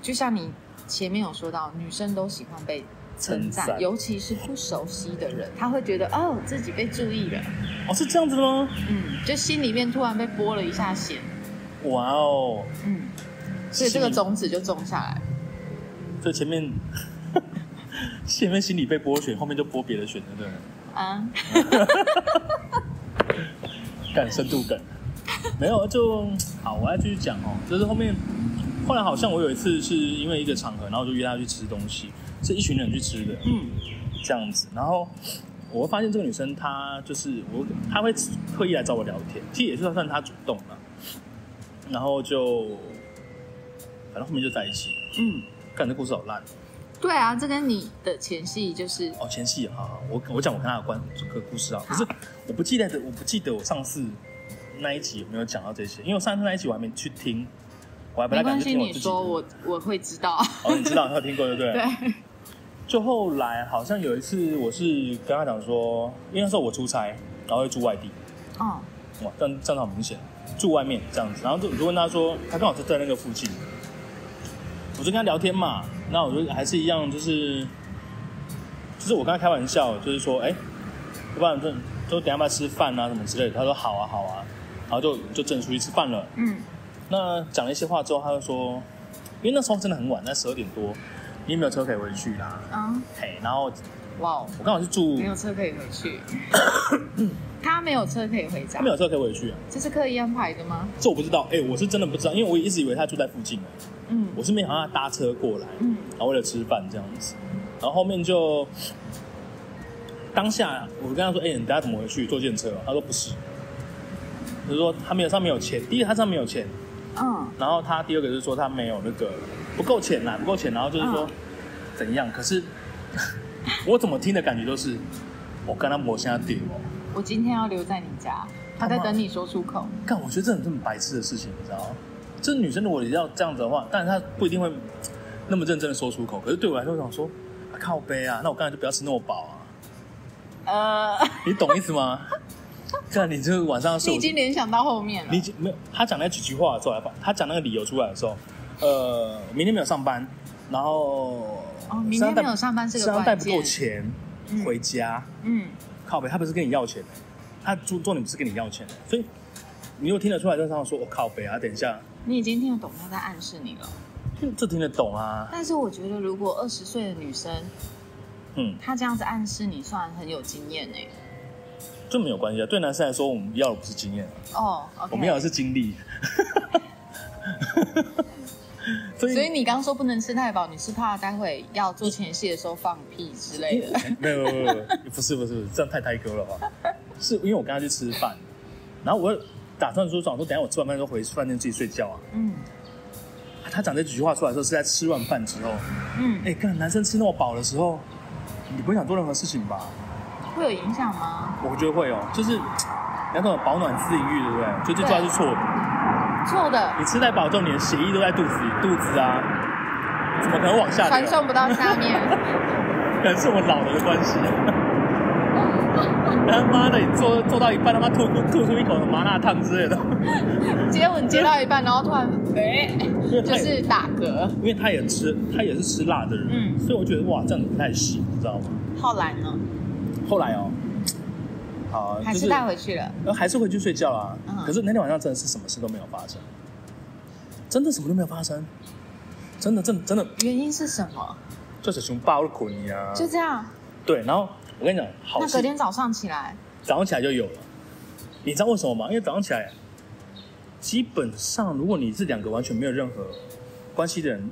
[SPEAKER 2] 就像你前面有说到，女生都喜欢被称
[SPEAKER 1] 称
[SPEAKER 2] 赞，
[SPEAKER 1] 赞
[SPEAKER 2] 尤其是不熟悉的人，他会觉得哦自己被注意了，
[SPEAKER 1] 哦，是这样子的吗？
[SPEAKER 2] 嗯，就心里面突然被拨了一下弦，
[SPEAKER 1] 哇哦！
[SPEAKER 2] 嗯，所以这个
[SPEAKER 1] 心
[SPEAKER 2] 种子就种下来了。
[SPEAKER 1] 这前面 前面心里被剥选，后面就剥别的选，对不对？
[SPEAKER 2] 啊，
[SPEAKER 1] 梗深度 梗，没有就好，我要继续讲哦。就是后面后来好像我有一次是因为一个场合，然后我就约他去吃东西，是一群人去吃的
[SPEAKER 2] 嗯，
[SPEAKER 1] 这样子，然后。我会发现这个女生，她就是我，她会特意来找我聊天，其实也是算她主动了。然后就，反正后面就在一起。
[SPEAKER 2] 嗯，
[SPEAKER 1] 感觉故事好烂
[SPEAKER 2] 对啊，这跟你的前戏就是
[SPEAKER 1] 哦，前戏好好，我我讲我跟他的关这个故事啊，可是我不记得的，我不记得我上次那一集有没有讲到这些，因为我上次那一集我还没去听，我还不
[SPEAKER 2] 没
[SPEAKER 1] 太敢
[SPEAKER 2] 关
[SPEAKER 1] 去
[SPEAKER 2] 系，
[SPEAKER 1] 听我
[SPEAKER 2] 你
[SPEAKER 1] 自己的。
[SPEAKER 2] 说我我会知道。
[SPEAKER 1] 哦，你知道，他有听过对不对？
[SPEAKER 2] 对，
[SPEAKER 1] 就后来好像有一次，我是跟他讲说，因为那时候我出差，然后又住外地，
[SPEAKER 2] 哦，
[SPEAKER 1] 哇，这样这样好明显，住外面这样子。然后就我就问他说，他刚好就在那个附近，我就跟他聊天嘛。那我就还是一样，就是就是我跟他开玩笑，就是说，哎、要不然就就等一下要不要吃饭啊什么之类的。他说好啊好啊，然后就就正出去吃饭了。
[SPEAKER 2] 嗯，
[SPEAKER 1] 那讲了一些话之后，他就说，因为那时候真的很晚，那十二点多，你也没有车可以回去啦。
[SPEAKER 2] 啊，
[SPEAKER 1] 嘿，然后
[SPEAKER 2] 哇哦，
[SPEAKER 1] 我刚好是住
[SPEAKER 2] 没，有车可以回 去，他没有车可以回家
[SPEAKER 1] 他没，有车可以回去啊，
[SPEAKER 2] 这是刻意安排的吗？
[SPEAKER 1] 这我不知道，哎、我是真的不知道，因为我一直以为他住在附近。
[SPEAKER 2] 嗯
[SPEAKER 1] 我是没想到他搭车过来，
[SPEAKER 2] 嗯
[SPEAKER 1] 然后为了吃饭这样子，然后后面就当下我就跟他说：“哎、你等下怎么回去？坐电车哦、他说：“不是。”就是说他没有上面有钱，第一个他上面有钱，
[SPEAKER 2] 嗯，
[SPEAKER 1] 然后他第二个就是说他没有那个不够钱啦，不够钱，然后就是说、
[SPEAKER 2] 嗯
[SPEAKER 1] 怎样？可是 我怎么听的感觉都是我跟他磨现在顶哦，
[SPEAKER 2] 我今天要留在你家，他在等你说出口。
[SPEAKER 1] 干，我觉得这很这么白痴的事情，你知道吗？这女生如果要这样子的话，但是她不一定会那么认真的说出口。可是对我来说，我想说，啊、靠背啊，那我刚才就不要吃那么饱啊，
[SPEAKER 2] 呃，
[SPEAKER 1] 你懂意思吗？ 看你这晚上要睡，
[SPEAKER 2] 你已
[SPEAKER 1] 我
[SPEAKER 2] 经联想到后面了
[SPEAKER 1] 你已。经没有他讲那几句话的时候，他讲那个理由出来的时候，呃，明天没有上班，然后
[SPEAKER 2] 哦明天没有上班是个
[SPEAKER 1] 身上带
[SPEAKER 2] 关
[SPEAKER 1] 不
[SPEAKER 2] 键
[SPEAKER 1] 够钱
[SPEAKER 2] 嗯
[SPEAKER 1] 回家，
[SPEAKER 2] 嗯，
[SPEAKER 1] 靠北，他不是跟你要钱的，他重重点不是跟你要钱的，所以你又听得出来，就是他说我、靠北啊，等一下。
[SPEAKER 2] 你已经听得懂他在暗示你了。
[SPEAKER 1] 这听得懂啊，
[SPEAKER 2] 但是我觉得，如果二十岁的女生
[SPEAKER 1] 嗯，
[SPEAKER 2] 她这样子暗示你，算很有经验呢、欸
[SPEAKER 1] 这没有关系啊。对男生来说，我们要的不是经验，
[SPEAKER 2] 哦，OK，
[SPEAKER 1] 我们要的是经历。 所以，
[SPEAKER 2] 所以你刚说不能吃太饱，你是怕待会要做前戏的时候放屁之类的？
[SPEAKER 1] 没有没有没有没有，不是不是，这样太胎哥了吧？ 是因为我跟他去吃饭，然后我打算说，想说等一下我吃完饭之后回饭店自己睡觉啊。
[SPEAKER 2] 嗯
[SPEAKER 1] 他讲这几句话出来的时候，是在吃完饭之后，
[SPEAKER 2] 嗯，
[SPEAKER 1] 哎，看男生吃那么饱的时候，你不会想做任何事情吧？
[SPEAKER 2] 会有影响吗？
[SPEAKER 1] 我觉得会哦，就是两种保暖自愈，对不对？就这句话是错的。
[SPEAKER 2] 错的，
[SPEAKER 1] 你吃太饱之后，你的血液都在肚子里，肚子啊，怎么可能往下流？啊
[SPEAKER 2] 传送不到下面。
[SPEAKER 1] 可能是我老了的关系。 他妈的，你做做到一半，他妈吐出吐出一口麻辣烫之类的，
[SPEAKER 2] 接吻接到一半，然后突然哎、就是打嗝，
[SPEAKER 1] 因为他也吃，他也是吃辣的人，
[SPEAKER 2] 嗯
[SPEAKER 1] 所以我觉得哇，这样子不太行，你知道吗？
[SPEAKER 2] 浩然呢？后
[SPEAKER 1] 后来哦，好，
[SPEAKER 2] 还
[SPEAKER 1] 就是
[SPEAKER 2] 带回去了。
[SPEAKER 1] 呃还是回去睡觉啦、
[SPEAKER 2] 嗯
[SPEAKER 1] 可是那天晚上真的是什么事都没有发生，真的什么都没有发生，真的真的真的
[SPEAKER 2] 原因是什么？
[SPEAKER 1] 就是熊抱了捆你啊！
[SPEAKER 2] 就这样。
[SPEAKER 1] 对，然后我跟你讲，好
[SPEAKER 2] 那
[SPEAKER 1] 事
[SPEAKER 2] 隔天早上起来，
[SPEAKER 1] 早上起来就有了。你知道为什么吗？因为早上起来，基本上如果你是两个完全没有任何关系的人，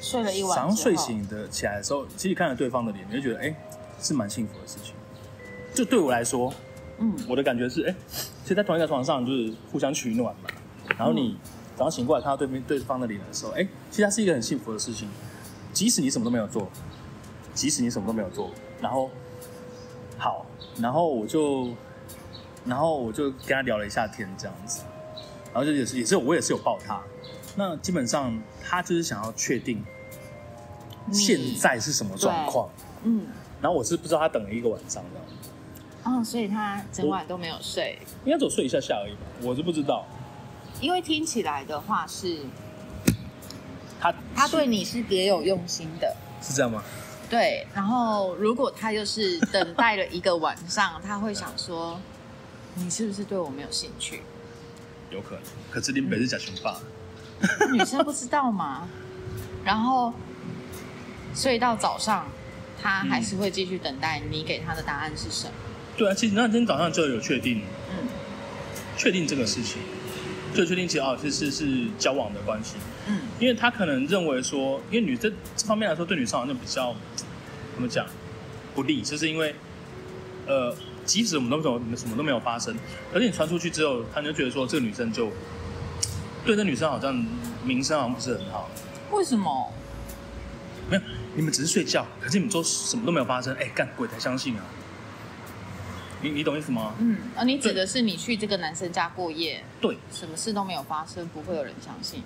[SPEAKER 2] 睡了一晚，
[SPEAKER 1] 早上睡，醒的起来的时候，其实看着对方的脸，你就觉得哎、是蛮幸福的事情。就对我来说，
[SPEAKER 2] 嗯
[SPEAKER 1] 我的感觉是哎，其实在同一个床上就是互相取暖嘛。然后你早上醒过来看到对面对方的脸的时候，哎、其实它是一个很幸福的事情。即使你什么都没有做，即使你什么都没有做，然后好，然后我就，然后我就跟他聊了一下天，这样子，然后就也是也是我也是有抱他，那基本上他就是想要确定
[SPEAKER 2] 你
[SPEAKER 1] 现在是什么状况，
[SPEAKER 2] 嗯，
[SPEAKER 1] 然后我是不知道他等了一个晚上这样，
[SPEAKER 2] 哦，所以他整晚都没有睡，
[SPEAKER 1] 应该只有睡一下下而已吧，我是不知道
[SPEAKER 2] 因为听起来的话是
[SPEAKER 1] 他
[SPEAKER 2] 他对你是别有用心的，
[SPEAKER 1] 是这样吗？
[SPEAKER 2] 对，然后如果他就是等待了一个晚上，他会想说，你是不是对我没有兴趣？
[SPEAKER 1] 有可能。可是林北是假熊爸，
[SPEAKER 2] 女生不知道嘛。 然后，所以到早上，他还是会继续等待你给他的答案是什么。
[SPEAKER 1] 对啊，其实那天早上就有确定，
[SPEAKER 2] 嗯
[SPEAKER 1] 确定这个事情，就确定其实哦，其实是交往的关系，
[SPEAKER 2] 嗯，
[SPEAKER 1] 因为他可能认为说，因为女这这方面来说对女生好像比较怎么讲不利，就是因为呃，即使我们都什么什么都没有发生，而且你传出去之后，他就觉得说这个女生就对这女生好像名声好像不是很好，
[SPEAKER 2] 为什么？
[SPEAKER 1] 没有，你们只是睡觉，可是你们都什么都没有发生，哎，干鬼才相信啊！你你懂意思吗？
[SPEAKER 2] 嗯，啊，你指的是你去这个男生家过夜，
[SPEAKER 1] 对，
[SPEAKER 2] 什么事都没有发生，不会有人相信。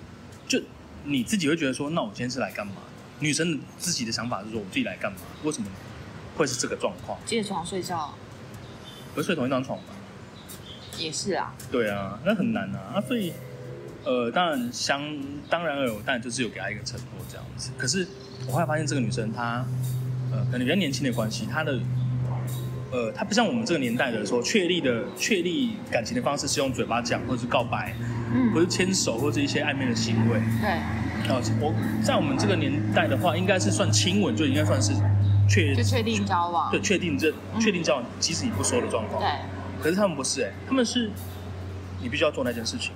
[SPEAKER 1] 就你自己会觉得说，那我今天是来干嘛？女生自己的想法是说，我自己来干嘛？为什么会是这个状况？
[SPEAKER 2] 借床睡觉
[SPEAKER 1] 不是睡同一张床吗？
[SPEAKER 2] 也是啊，
[SPEAKER 1] 对啊，那很难啊。啊所以，呃，当然相当然而有，但就是有给她一个承诺这样子。可是我后来发现，这个女生她，呃，可能比较年轻的关系，她的，呃，她不像我们这个年代的说，确立的确立感情的方式是用嘴巴讲，或者是告白，
[SPEAKER 2] 嗯
[SPEAKER 1] 或，是牵手，或者一些暧昧的行为。
[SPEAKER 2] 对，
[SPEAKER 1] 哦，我在我们这个年代的话，应该是算亲吻就应该算是确
[SPEAKER 2] 就确定交往，
[SPEAKER 1] 对确定这
[SPEAKER 2] 嗯
[SPEAKER 1] 确定交往，即使你不说的状况。
[SPEAKER 2] 对，
[SPEAKER 1] 可是他们不是哎、他们是你必须要做那件事情。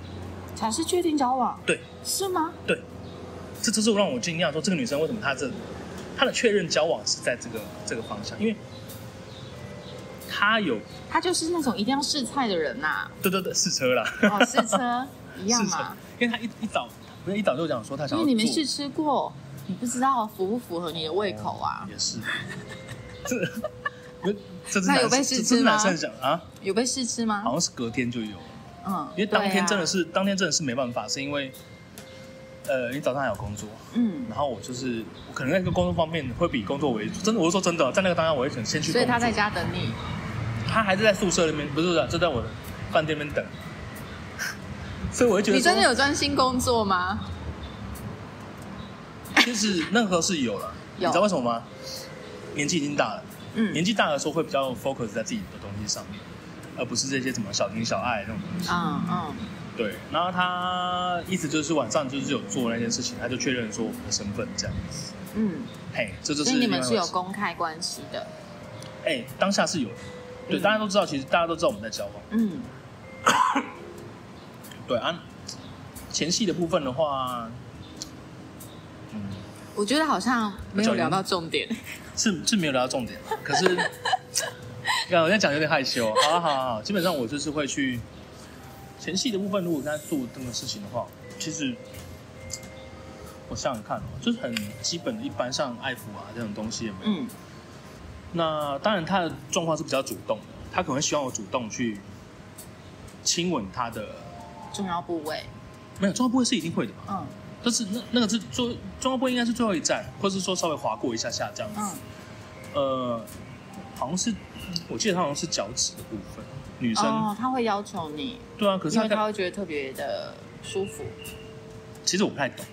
[SPEAKER 2] 才是确定交往，
[SPEAKER 1] 对，
[SPEAKER 2] 是吗？
[SPEAKER 1] 这这是让我惊讶，说这个女生为什么她这她的确认交往是在这个这个方向，因为她有
[SPEAKER 2] 他就是那种一定要试菜的人 呐、
[SPEAKER 1] 对对对试车啦，
[SPEAKER 2] 哦，试 车一样
[SPEAKER 1] 试车
[SPEAKER 2] 嘛，，
[SPEAKER 1] 因为她一一早不是一早就讲说她
[SPEAKER 2] 因
[SPEAKER 1] 想
[SPEAKER 2] 为
[SPEAKER 1] 要
[SPEAKER 2] 你没
[SPEAKER 1] 做
[SPEAKER 2] 试吃过，你不知道符不符合你的胃口啊。
[SPEAKER 1] 也是，这这这是
[SPEAKER 2] 那有
[SPEAKER 1] 男
[SPEAKER 2] 被
[SPEAKER 1] 生
[SPEAKER 2] 试
[SPEAKER 1] 这
[SPEAKER 2] 吃
[SPEAKER 1] 这是男
[SPEAKER 2] 吗
[SPEAKER 1] 生讲啊。
[SPEAKER 2] 有被试吃吗
[SPEAKER 1] 好？像是隔天就有，
[SPEAKER 2] 嗯，
[SPEAKER 1] 因为当
[SPEAKER 2] 对
[SPEAKER 1] 天
[SPEAKER 2] 啊
[SPEAKER 1] 真的，是、当天真的是没办法，是因为，呃，你早上还有工作，
[SPEAKER 2] 嗯，
[SPEAKER 1] 然后我就是我可能在这个工作方面会比工作为主，真的，我是说真的，在那个当下我会想先去
[SPEAKER 2] 所
[SPEAKER 1] 工
[SPEAKER 2] 以
[SPEAKER 1] 作，
[SPEAKER 2] 他在家等你，
[SPEAKER 1] 他还是在宿舍那边，不是不是，就在我的饭店那边等，所以我会觉得
[SPEAKER 2] 你
[SPEAKER 1] 说
[SPEAKER 2] 真的有专心工作吗？
[SPEAKER 1] 就是那个时候是有了，
[SPEAKER 2] 有
[SPEAKER 1] 你知道为什么吗？年纪已经大了，
[SPEAKER 2] 嗯
[SPEAKER 1] 年纪大的时候会比较 focus 在自己的东西上面，而不是这些什么小情小爱那种东西。
[SPEAKER 2] 嗯嗯，
[SPEAKER 1] 对，然后他一直就是晚上就是有做那件事情，他就确认说我的身份这样子。
[SPEAKER 2] 嗯，
[SPEAKER 1] 嘿，这就是
[SPEAKER 2] 所以你们
[SPEAKER 1] 另外
[SPEAKER 2] 是
[SPEAKER 1] 一回
[SPEAKER 2] 有
[SPEAKER 1] 事
[SPEAKER 2] 公开关系的，
[SPEAKER 1] 哎，当下是有的，对，
[SPEAKER 2] 嗯
[SPEAKER 1] 大家都知道，其实大家都知道我们在交往。
[SPEAKER 2] 嗯，
[SPEAKER 1] 对啊，前戏的部分的话，嗯，
[SPEAKER 2] 我觉得好像没有聊到重点，
[SPEAKER 1] 是是没有聊到重点啦，可是，刚我在讲有点害羞。好啊好啊好啊，基本上我就是会去前戏的部分，如果跟他做这个事情的话，其实我想想看哦，就是很基本的，一般像爱抚啊这种东西有没有？
[SPEAKER 2] 嗯
[SPEAKER 1] 那当然他的状况是比较主动的，他可能会希望我主动去亲吻他的，
[SPEAKER 2] 重要部位，
[SPEAKER 1] 没有重要部位是一定会的嘛，
[SPEAKER 2] 嗯
[SPEAKER 1] 但是那那个是最重要部位应该是最后一站，或是说稍微划过一下下这样子。
[SPEAKER 2] 嗯，
[SPEAKER 1] 呃，好像是，我记得他好像是脚趾的部分，女生、
[SPEAKER 2] 哦，他会要求你，
[SPEAKER 1] 对啊，可是
[SPEAKER 2] 因
[SPEAKER 1] 他
[SPEAKER 2] 为他会觉得特别的舒服。
[SPEAKER 1] 其实我不太懂，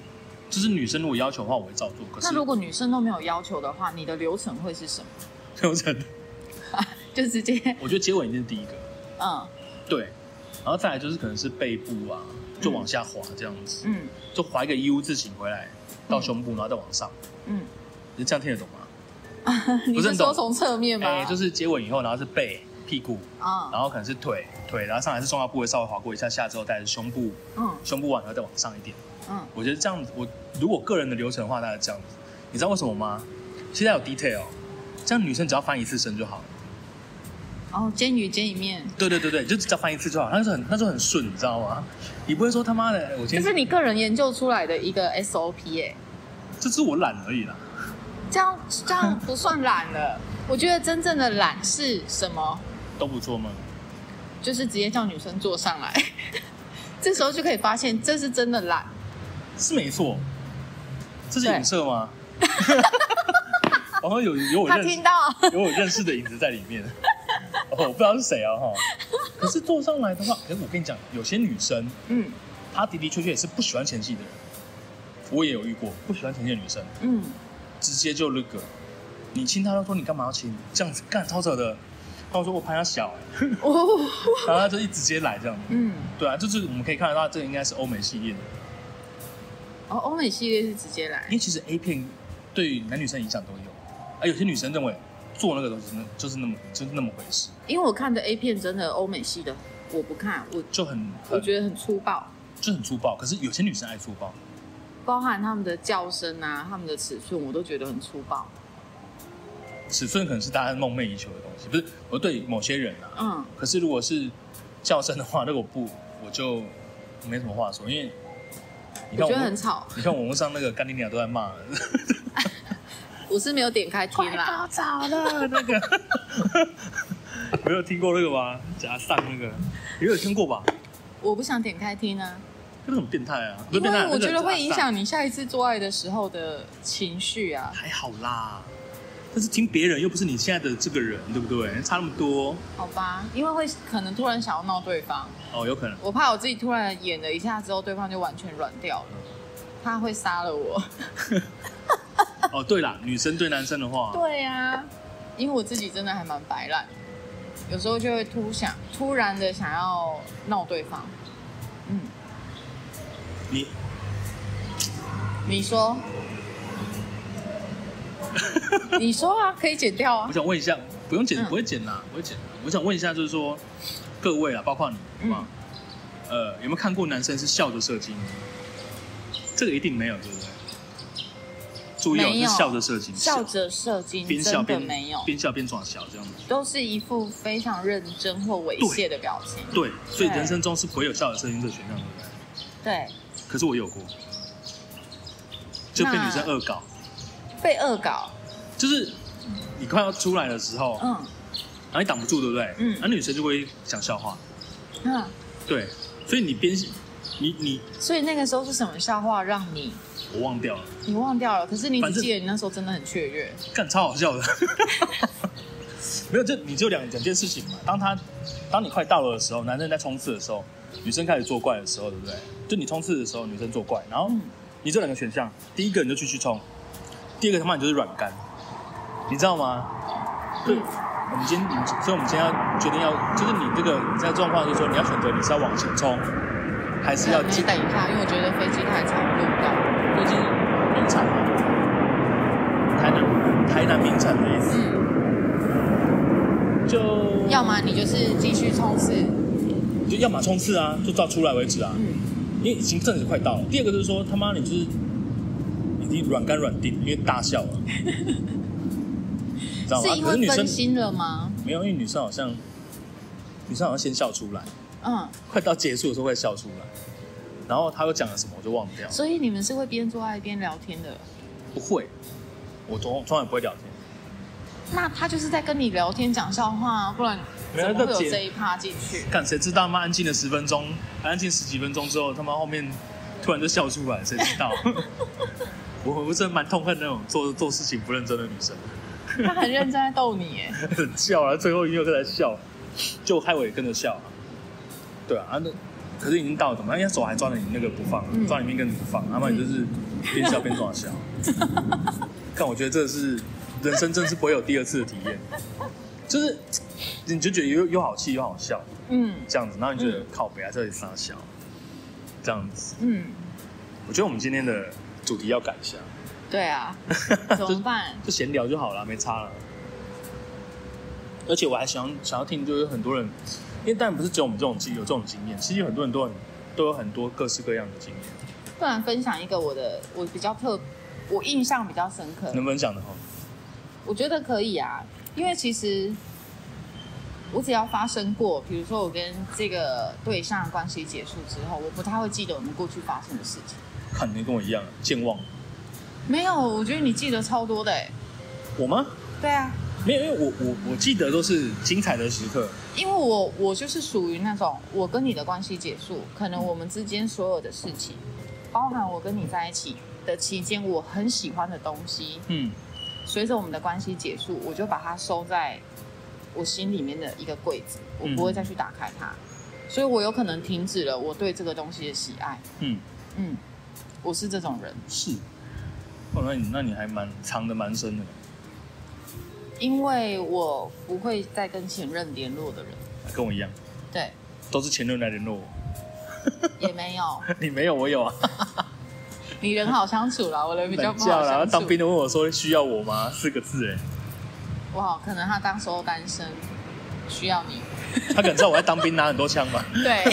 [SPEAKER 1] 就是女生如果要求的话，我会照做，可
[SPEAKER 2] 那
[SPEAKER 1] 是
[SPEAKER 2] 如果女生都没有要求的话，你的流程会是什么？
[SPEAKER 1] 流程，
[SPEAKER 2] 就直接
[SPEAKER 1] 我觉得接吻一定是第一个，
[SPEAKER 2] 嗯
[SPEAKER 1] 对，然后再来就是可能是背部啊，就往下滑这样子，
[SPEAKER 2] 嗯
[SPEAKER 1] 就滑一个 U 字形回来到胸部，然后再往上，
[SPEAKER 2] 嗯，
[SPEAKER 1] 你这样听得懂吗？
[SPEAKER 2] 你
[SPEAKER 1] 是
[SPEAKER 2] 是
[SPEAKER 1] 很
[SPEAKER 2] 说
[SPEAKER 1] 懂
[SPEAKER 2] 从侧面吗？
[SPEAKER 1] 哎、就是接吻以后，然后是背、屁股，
[SPEAKER 2] 啊
[SPEAKER 1] 然后可能是腿，腿，然后上来是重要部位稍微划过一下下之后，再来是胸部，
[SPEAKER 2] 嗯
[SPEAKER 1] 胸部完了再往上一点。
[SPEAKER 2] 嗯
[SPEAKER 1] 我觉得这样子，我如果个人的流程的话，大概这样子。你知道为什么吗？现在有 detail，这样女生只要翻一次身就好了。
[SPEAKER 2] 然后煎鱼煎一面，
[SPEAKER 1] 对对对对，就只要翻一次就好，那就很那就很顺，你知道吗？你不会说他妈的，我今
[SPEAKER 2] 这是
[SPEAKER 1] 天
[SPEAKER 2] 你个人研究出来的一个 SOP 耶、
[SPEAKER 1] 这是我懒而已啦。
[SPEAKER 2] 这样这样不算懒了。我觉得真正的懒是什么？
[SPEAKER 1] 都不做吗？
[SPEAKER 2] 就是直接叫女生坐上来， 这时候就可以发现这是真的懒。
[SPEAKER 1] 是没错，这是
[SPEAKER 2] 对
[SPEAKER 1] 影射吗？ 然后有有我
[SPEAKER 2] 他
[SPEAKER 1] 认识
[SPEAKER 2] 听到，
[SPEAKER 1] 有我认识的影子在里面。哦，我不知道是谁啊哈。可是坐上来的话，可是我跟你讲，有些女生
[SPEAKER 2] 嗯
[SPEAKER 1] 她的的确确也是不喜欢前戏的人，我也有遇过不喜欢前戏的女生，
[SPEAKER 2] 嗯
[SPEAKER 1] 直接就那个你亲他，他说你干嘛要亲？这样子干超扯的。然后我说我怕他小、欸
[SPEAKER 2] 哦，
[SPEAKER 1] 然后他就一直直接来这样。
[SPEAKER 2] 嗯，
[SPEAKER 1] 对啊，就是我们可以看得到，这个应该是欧美系列的，
[SPEAKER 2] 哦，欧美系列是直接来
[SPEAKER 1] 因，为其实 A 片对男女生影响都有，啊，有些女生认为做那个东西呢就是那么就是那么回事，
[SPEAKER 2] 因为我看的 A 片真的欧美系的我不看，我
[SPEAKER 1] 就很
[SPEAKER 2] 我
[SPEAKER 1] 很
[SPEAKER 2] 觉得很粗暴，
[SPEAKER 1] 就很粗暴。可是有些女生爱粗暴，
[SPEAKER 2] 包含他们的叫声啊，他们的尺寸，我都觉得很粗暴。
[SPEAKER 1] 尺寸可能是大家梦寐以求的东西，不是我对某些人啊。
[SPEAKER 2] 嗯，
[SPEAKER 1] 可是如果是叫声的话，那个我不我就没什么话说，因为你
[SPEAKER 2] 我
[SPEAKER 1] 看我
[SPEAKER 2] 觉得很
[SPEAKER 1] 们
[SPEAKER 2] 吵，
[SPEAKER 1] 你看网络上那个干爹娘都在骂，
[SPEAKER 2] 我是没有点开听啊啦。
[SPEAKER 1] 吵了那个，没有听过那个吗？加上那个，也有听过吧？
[SPEAKER 2] 我不想点开听啊，
[SPEAKER 1] 这个很变态啊！不
[SPEAKER 2] 因
[SPEAKER 1] 是变态
[SPEAKER 2] 为我觉得会影。
[SPEAKER 1] 那个
[SPEAKER 2] 响你下一次做爱的时候的情绪啊。
[SPEAKER 1] 还好啦，但是听别人又不是你现在的这个人，对不对？差那么多
[SPEAKER 2] 好吧，因为会可能突然想要闹对方，
[SPEAKER 1] 哦，有可能。
[SPEAKER 2] 我怕我自己突然演了一下之后，对方就完全软掉了，他会杀了我。
[SPEAKER 1] 哦，对啦，女生对男生的话，
[SPEAKER 2] 对呀、 因为我自己真的还蛮白烂，有时候就会突想突然的想要闹对方。嗯，
[SPEAKER 1] 你
[SPEAKER 2] 你说， 你说啊，可以剪掉啊
[SPEAKER 1] 我。想问一下，不用剪，
[SPEAKER 2] 嗯
[SPEAKER 1] 不会剪啦，不会剪。我想问一下，就是说各位啊，包括你，
[SPEAKER 2] 嗯
[SPEAKER 1] 好不好？呃，有没有看过男生是笑着射精？这个一定没有，对不对？注意哦，
[SPEAKER 2] 没有
[SPEAKER 1] 是 笑着射精，
[SPEAKER 2] 笑着射精，
[SPEAKER 1] 边笑
[SPEAKER 2] 真的
[SPEAKER 1] 边
[SPEAKER 2] 没有，
[SPEAKER 1] 边笑边耍小这样子。
[SPEAKER 2] 都是一副非常认真或猥亵的表情。
[SPEAKER 1] 对，所以
[SPEAKER 2] 对
[SPEAKER 1] 人生中是不会有笑着射精这个选项，对不对？
[SPEAKER 2] 对，
[SPEAKER 1] 可是我有过，就被
[SPEAKER 2] 那
[SPEAKER 1] 女生恶搞，
[SPEAKER 2] 被恶搞，
[SPEAKER 1] 就是你快要出来的时候，
[SPEAKER 2] 嗯
[SPEAKER 1] 然后你挡不住，对不对？
[SPEAKER 2] 嗯
[SPEAKER 1] 那、女生就会讲笑话，
[SPEAKER 2] 嗯。
[SPEAKER 1] 对，所以你边你你
[SPEAKER 2] 所以那个时候是什么笑话让你
[SPEAKER 1] 我忘掉了，
[SPEAKER 2] 你忘掉了？可是你
[SPEAKER 1] 反
[SPEAKER 2] 只
[SPEAKER 1] 正
[SPEAKER 2] 记得你那时候真的很雀跃。
[SPEAKER 1] 干超好笑的。 没有，就你就两两件事情嘛。当他当你快到了的时候，男生在冲刺的时候，女生开始作怪的时候，对不对？就你冲刺的时候，女生作怪，然后
[SPEAKER 2] 嗯
[SPEAKER 1] 你这两个选项，第一个你就继续冲，第二个他妈你就是软干，你知道吗？对，我们今天，所以我们今天要决定要，就是你这个你现在状况就是说，你要选择你是要往前冲，还是要
[SPEAKER 2] 你
[SPEAKER 1] 进
[SPEAKER 2] 等一下，因为我觉得飞机太长录不到。
[SPEAKER 1] 毕竟名产嘛，台南台南名产的意思，
[SPEAKER 2] 嗯，
[SPEAKER 1] 就
[SPEAKER 2] 要么你就是继续冲刺，
[SPEAKER 1] 你就要么冲刺啊，就到出来为止啊，
[SPEAKER 2] 嗯，
[SPEAKER 1] 因为已经阵子快到了。第二个就是说他妈你就是已经软干软定，因为 大笑了，你知道吗
[SPEAKER 2] 是？因
[SPEAKER 1] 可是
[SPEAKER 2] 为
[SPEAKER 1] 女
[SPEAKER 2] 分
[SPEAKER 1] 生
[SPEAKER 2] 心了吗？
[SPEAKER 1] 没有，因为女生好像女生好像先笑出来，
[SPEAKER 2] 嗯，
[SPEAKER 1] 快到结束的时候会笑出来，然后她又讲了什么我就忘掉了。
[SPEAKER 2] 所以你们是会边做爱边聊天的。
[SPEAKER 1] 不会，我从从来不会聊天。
[SPEAKER 2] 那他就是在跟你聊天讲笑话啊，不然
[SPEAKER 1] 没有
[SPEAKER 2] 怎么会有
[SPEAKER 1] 那姐
[SPEAKER 2] 这一趴进 去？
[SPEAKER 1] 看谁知道妈安静了十分钟，安静十几分钟之后，他妈后面突然就笑出来，谁知道？ 我我真的蛮痛恨那种做做事情不认真的女生，
[SPEAKER 2] 他很认真在逗你耶。
[SPEAKER 1] 很 笑啊，最后音乐课在笑，就害我也跟着笑、啊。对啊，啊那可是已经到了怎么样？因为手还抓着你那个不放，
[SPEAKER 2] 嗯
[SPEAKER 1] 抓你面跟你不放，然后你就是边笑边 装笑。看，我觉得这是人生真是不会有第二次的体验，就是你就觉得又又好气又好笑。
[SPEAKER 2] 嗯
[SPEAKER 1] 这样子，然后你觉得
[SPEAKER 2] 嗯
[SPEAKER 1] 靠北啊，这里傻笑，这样子。
[SPEAKER 2] 嗯，
[SPEAKER 1] 我觉得我们今天的主题要改一下，
[SPEAKER 2] 对 啊，怎么办？
[SPEAKER 1] 就闲聊就好了，没差了。而且我还想想要听，就是很多人，因为当然不是只有我们这种经有这种经验，其实有很多人都很都有很多各式各样的经验，
[SPEAKER 2] 不然分享一个我的，我比较特，我印象比较深刻。
[SPEAKER 1] 能分享的哈。
[SPEAKER 2] 我觉得可以啊，因为其实我只要发生过，比如说我跟这个对象关系结束之后，我不太会记得我们过去发生的事情。
[SPEAKER 1] 看你跟我一样健忘，
[SPEAKER 2] 没有，我觉得你记得超多的哎、
[SPEAKER 1] 我吗？
[SPEAKER 2] 对啊，
[SPEAKER 1] 没有，因为我我我记得都是精彩的时刻，
[SPEAKER 2] 因为我我就是属于那种，我跟你的关系结束，可能我们之间所有的事情，包含我跟你在一起的期间，我很喜欢的东西，
[SPEAKER 1] 嗯，
[SPEAKER 2] 随着我们的关系结束，我就把它收在我心里面的一个柜子，我
[SPEAKER 1] 嗯
[SPEAKER 2] 不会再去打开它，所以我有可能停止了我对这个东西的喜爱。
[SPEAKER 1] 嗯，
[SPEAKER 2] 嗯，我是这种人，
[SPEAKER 1] 是。哦，那你那你还蛮藏的蛮深的，
[SPEAKER 2] 因为我不会再跟前任联络的人，
[SPEAKER 1] 跟我一样，
[SPEAKER 2] 对，
[SPEAKER 1] 都是前任来联络我。
[SPEAKER 2] 也没有。
[SPEAKER 1] 你没有，我有啊。
[SPEAKER 2] 你人好相处啦，我人比较
[SPEAKER 1] 冷
[SPEAKER 2] 不
[SPEAKER 1] 笑
[SPEAKER 2] 好
[SPEAKER 1] 啦，
[SPEAKER 2] 相处。
[SPEAKER 1] 当兵的问我说需要我吗？四个字哎、
[SPEAKER 2] 哇，可能他当时候单身，需要你。
[SPEAKER 1] 他可能知道我在当兵，拿很多枪吧，
[SPEAKER 2] 对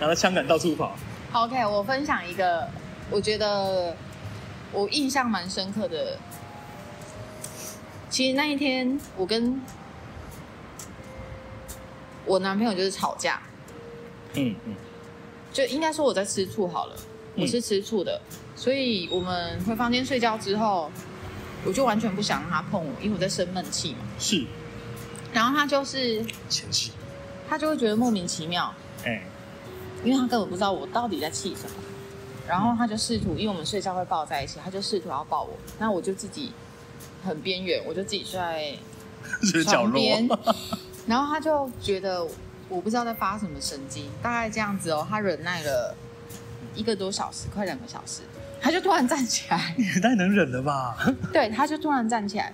[SPEAKER 1] 拿着枪杆到处跑。
[SPEAKER 2] ，OK，我分享一个，我觉得我印象蛮深刻的。其实那一天我跟我男朋友就是吵架，
[SPEAKER 1] 嗯嗯，
[SPEAKER 2] 就应该说我在吃醋好了，
[SPEAKER 1] 嗯
[SPEAKER 2] 我是吃醋的，所以我们回房间睡觉之后，我就完全不想让他碰我，因为我在生闷气嘛。
[SPEAKER 1] 是
[SPEAKER 2] 然后他就是
[SPEAKER 1] 前戏。
[SPEAKER 2] 他就会觉得莫名其妙，
[SPEAKER 1] 哎、
[SPEAKER 2] 因为他根本不知道我到底在气什么。然后他就试图，因为我们睡觉会抱在一起，他就试图要抱我，那我就自己很边缘，我就自己睡在
[SPEAKER 1] 就是角
[SPEAKER 2] 床
[SPEAKER 1] 落。
[SPEAKER 2] 边，然后他就觉得我不知道在发什么神经，大概这样子哦，他忍耐了一个多小时，快两个小时，他就突然站起来，
[SPEAKER 1] 你 也太能忍了吧？
[SPEAKER 2] 对，他就突然站起来，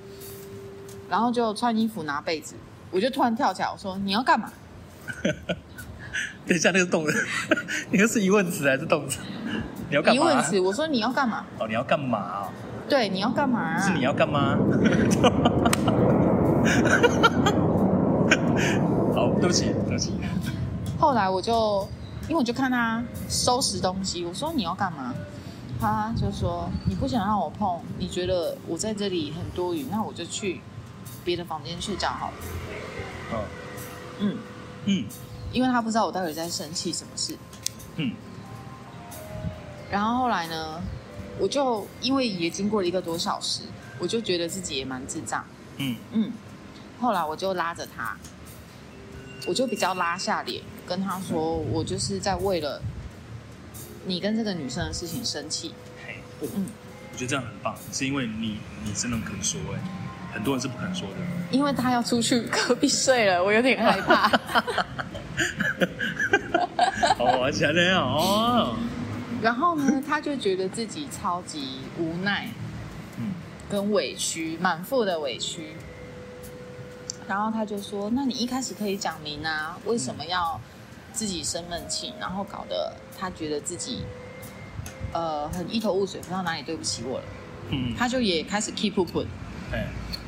[SPEAKER 2] 然后就穿衣服拿被子，我就突然跳起来，我说你要干嘛？
[SPEAKER 1] 等一下，那个动词，你 那是疑问词还是动词？ 你要干
[SPEAKER 2] 疑
[SPEAKER 1] 嘛？
[SPEAKER 2] 问词，我说你要干嘛？
[SPEAKER 1] 哦，你要干嘛啊、
[SPEAKER 2] 对，你要干嘛、啊？
[SPEAKER 1] 是你要干嘛？ 好，对不起，对不起。
[SPEAKER 2] 后来我就，因为我就看他收拾东西，我说你要干嘛？他就说你不想让我碰，你觉得我在这里很多余，那我就去别的房间睡觉好了。
[SPEAKER 1] 嗯
[SPEAKER 2] 嗯，
[SPEAKER 1] 嗯
[SPEAKER 2] 因为他不知道我待会在生气什么事。
[SPEAKER 1] 嗯，
[SPEAKER 2] 然后后来呢，我就因为也经过了一个多小时，我就觉得自己也蛮智障。
[SPEAKER 1] 嗯
[SPEAKER 2] 嗯，后来我就拉着他，我就比较拉下脸跟他说，我就是在为了你跟这个女生的事情生气。
[SPEAKER 1] 嘿，我
[SPEAKER 2] 嗯
[SPEAKER 1] 我觉得这样很棒，是因为你你真的肯说哎、很多人是不肯说 的。
[SPEAKER 2] 因为他要出去隔壁睡了，我有点害怕。
[SPEAKER 1] 哦，而且那样哦，
[SPEAKER 2] 然后呢，他就觉得自己超级无奈
[SPEAKER 1] 嗯，
[SPEAKER 2] 跟委屈，满腹的委屈。然后他就说：“那你一开始可以讲明啊，为什么要自己生闷气，然后搞得他觉得自己呃很一头雾水，不知道哪里对不起我了。”
[SPEAKER 1] 嗯，
[SPEAKER 2] 他就也开始 keep up，
[SPEAKER 1] 哎，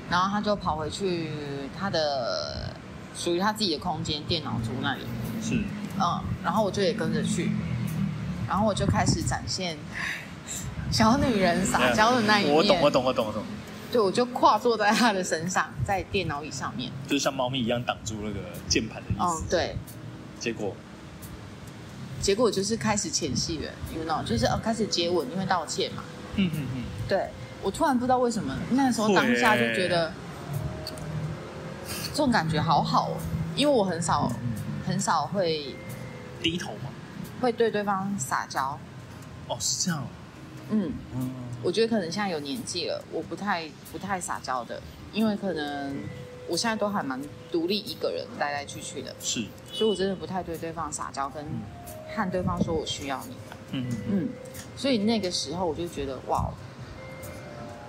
[SPEAKER 2] 然后他就跑回去他的属于他自己的空间，电脑桌那里。
[SPEAKER 1] 是，
[SPEAKER 2] 嗯，然后我就也跟着去，然后我就开始展现小女人撒娇的那一面。
[SPEAKER 1] 我懂，我懂，我懂，我懂，
[SPEAKER 2] 对，我就跨坐在她的身上，在电脑椅上面。
[SPEAKER 1] 就是像猫咪一样挡住那个键盘的意
[SPEAKER 2] 嗯
[SPEAKER 1] 思。，
[SPEAKER 2] 对。
[SPEAKER 1] 结果，
[SPEAKER 2] 结果就是开始前戏了，you know，就是呃开始接吻，因为道歉嘛。
[SPEAKER 1] 嗯嗯嗯，
[SPEAKER 2] 对，我突然不知道为什么那时候当下就觉得这种感觉好好哦，因为我很少很少会
[SPEAKER 1] 嗯低头嘛。
[SPEAKER 2] 会对对方撒娇，
[SPEAKER 1] 哦，是这样哦。
[SPEAKER 2] 嗯，
[SPEAKER 1] 嗯，
[SPEAKER 2] 我觉得可能现在有年纪了，我不太不太撒娇的，因为可能我现在都还蛮独立一个人来来去去的，
[SPEAKER 1] 是，
[SPEAKER 2] 所以我真的不太对对方撒娇，跟
[SPEAKER 1] 嗯
[SPEAKER 2] 和对方说我需要你。
[SPEAKER 1] 嗯嗯
[SPEAKER 2] 嗯，所以那个时候我就觉得哇。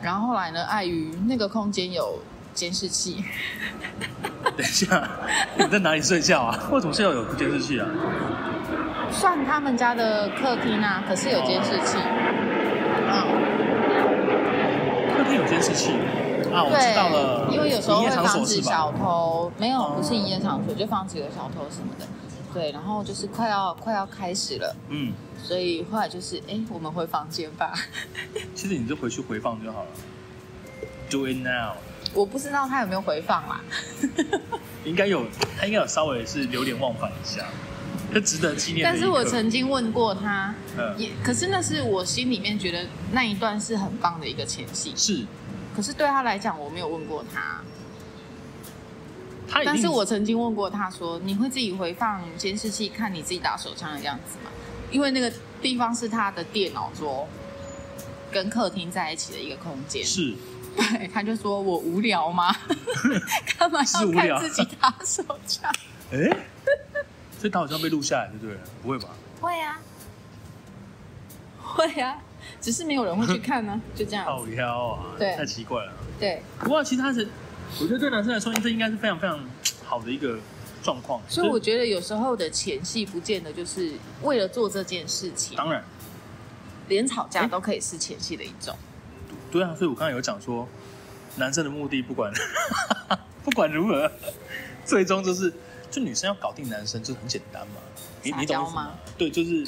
[SPEAKER 2] 然后后来呢，碍于那个空间有监视器， 嗯
[SPEAKER 1] 等一下，你们在哪里睡觉啊？为什么睡觉有监视器啊？
[SPEAKER 2] 算他们家的客厅啊，可是有监视器。嗯，
[SPEAKER 1] 客厅有监视器啊，我知道了，
[SPEAKER 2] 因为有时候
[SPEAKER 1] 营
[SPEAKER 2] 会
[SPEAKER 1] 业场
[SPEAKER 2] 防
[SPEAKER 1] 所
[SPEAKER 2] 止
[SPEAKER 1] 是吧？
[SPEAKER 2] 小偷，没有，
[SPEAKER 1] 哦
[SPEAKER 2] 不是营业场所，就防止有小偷什么的。对，然后就是快要快要开始了，
[SPEAKER 1] 嗯，
[SPEAKER 2] 所以后来就是，哎，我们回房间吧。
[SPEAKER 1] 其实你就回去回放就好了。Do it now，
[SPEAKER 2] 我不知道他有没有回放啦。
[SPEAKER 1] 嗯应该有，他应该有稍微是流连忘返一下，这值得纪念
[SPEAKER 2] 但
[SPEAKER 1] 的一
[SPEAKER 2] 是
[SPEAKER 1] 刻。
[SPEAKER 2] 我曾经问过他，
[SPEAKER 1] 嗯
[SPEAKER 2] 也可是那是我心里面觉得那一段是很棒的一个前戏，
[SPEAKER 1] 是，
[SPEAKER 2] 可是对他来讲我没有问过他，
[SPEAKER 1] 他一 定
[SPEAKER 2] 但是我曾经问过他说，你会自己回放监视器看你自己打手枪的样子吗？因为那个地方是他的电脑桌跟客厅在一起的一个空间，
[SPEAKER 1] 是
[SPEAKER 2] 对，他就说我无聊 吗？ 干嘛
[SPEAKER 1] 是
[SPEAKER 2] 要
[SPEAKER 1] 无聊
[SPEAKER 2] 看自己打手枪？
[SPEAKER 1] 哎、所以他好像被录下来，对不对了？不会吧？
[SPEAKER 2] 会啊， 会啊， 只是没有人会去看呢、就这样子
[SPEAKER 1] 好。撩啊！
[SPEAKER 2] 对
[SPEAKER 1] 太奇怪了。
[SPEAKER 2] 对，
[SPEAKER 1] 不过其实他是我觉得对男生来说，这应该是非常非常好的一个状况。
[SPEAKER 2] 所以我
[SPEAKER 1] 就是
[SPEAKER 2] 觉得有时候的前戏不见得就是为了做这件事情，
[SPEAKER 1] 当然，
[SPEAKER 2] 连吵架都可以是前戏的一种。
[SPEAKER 1] 对啊，所以我刚才有讲说，男生的目的不管 不管如何，最终就是就女生要搞定男生，就是很简单嘛。你
[SPEAKER 2] 撒
[SPEAKER 1] 你懂我
[SPEAKER 2] 娇
[SPEAKER 1] 意思
[SPEAKER 2] 吗？
[SPEAKER 1] 对，就是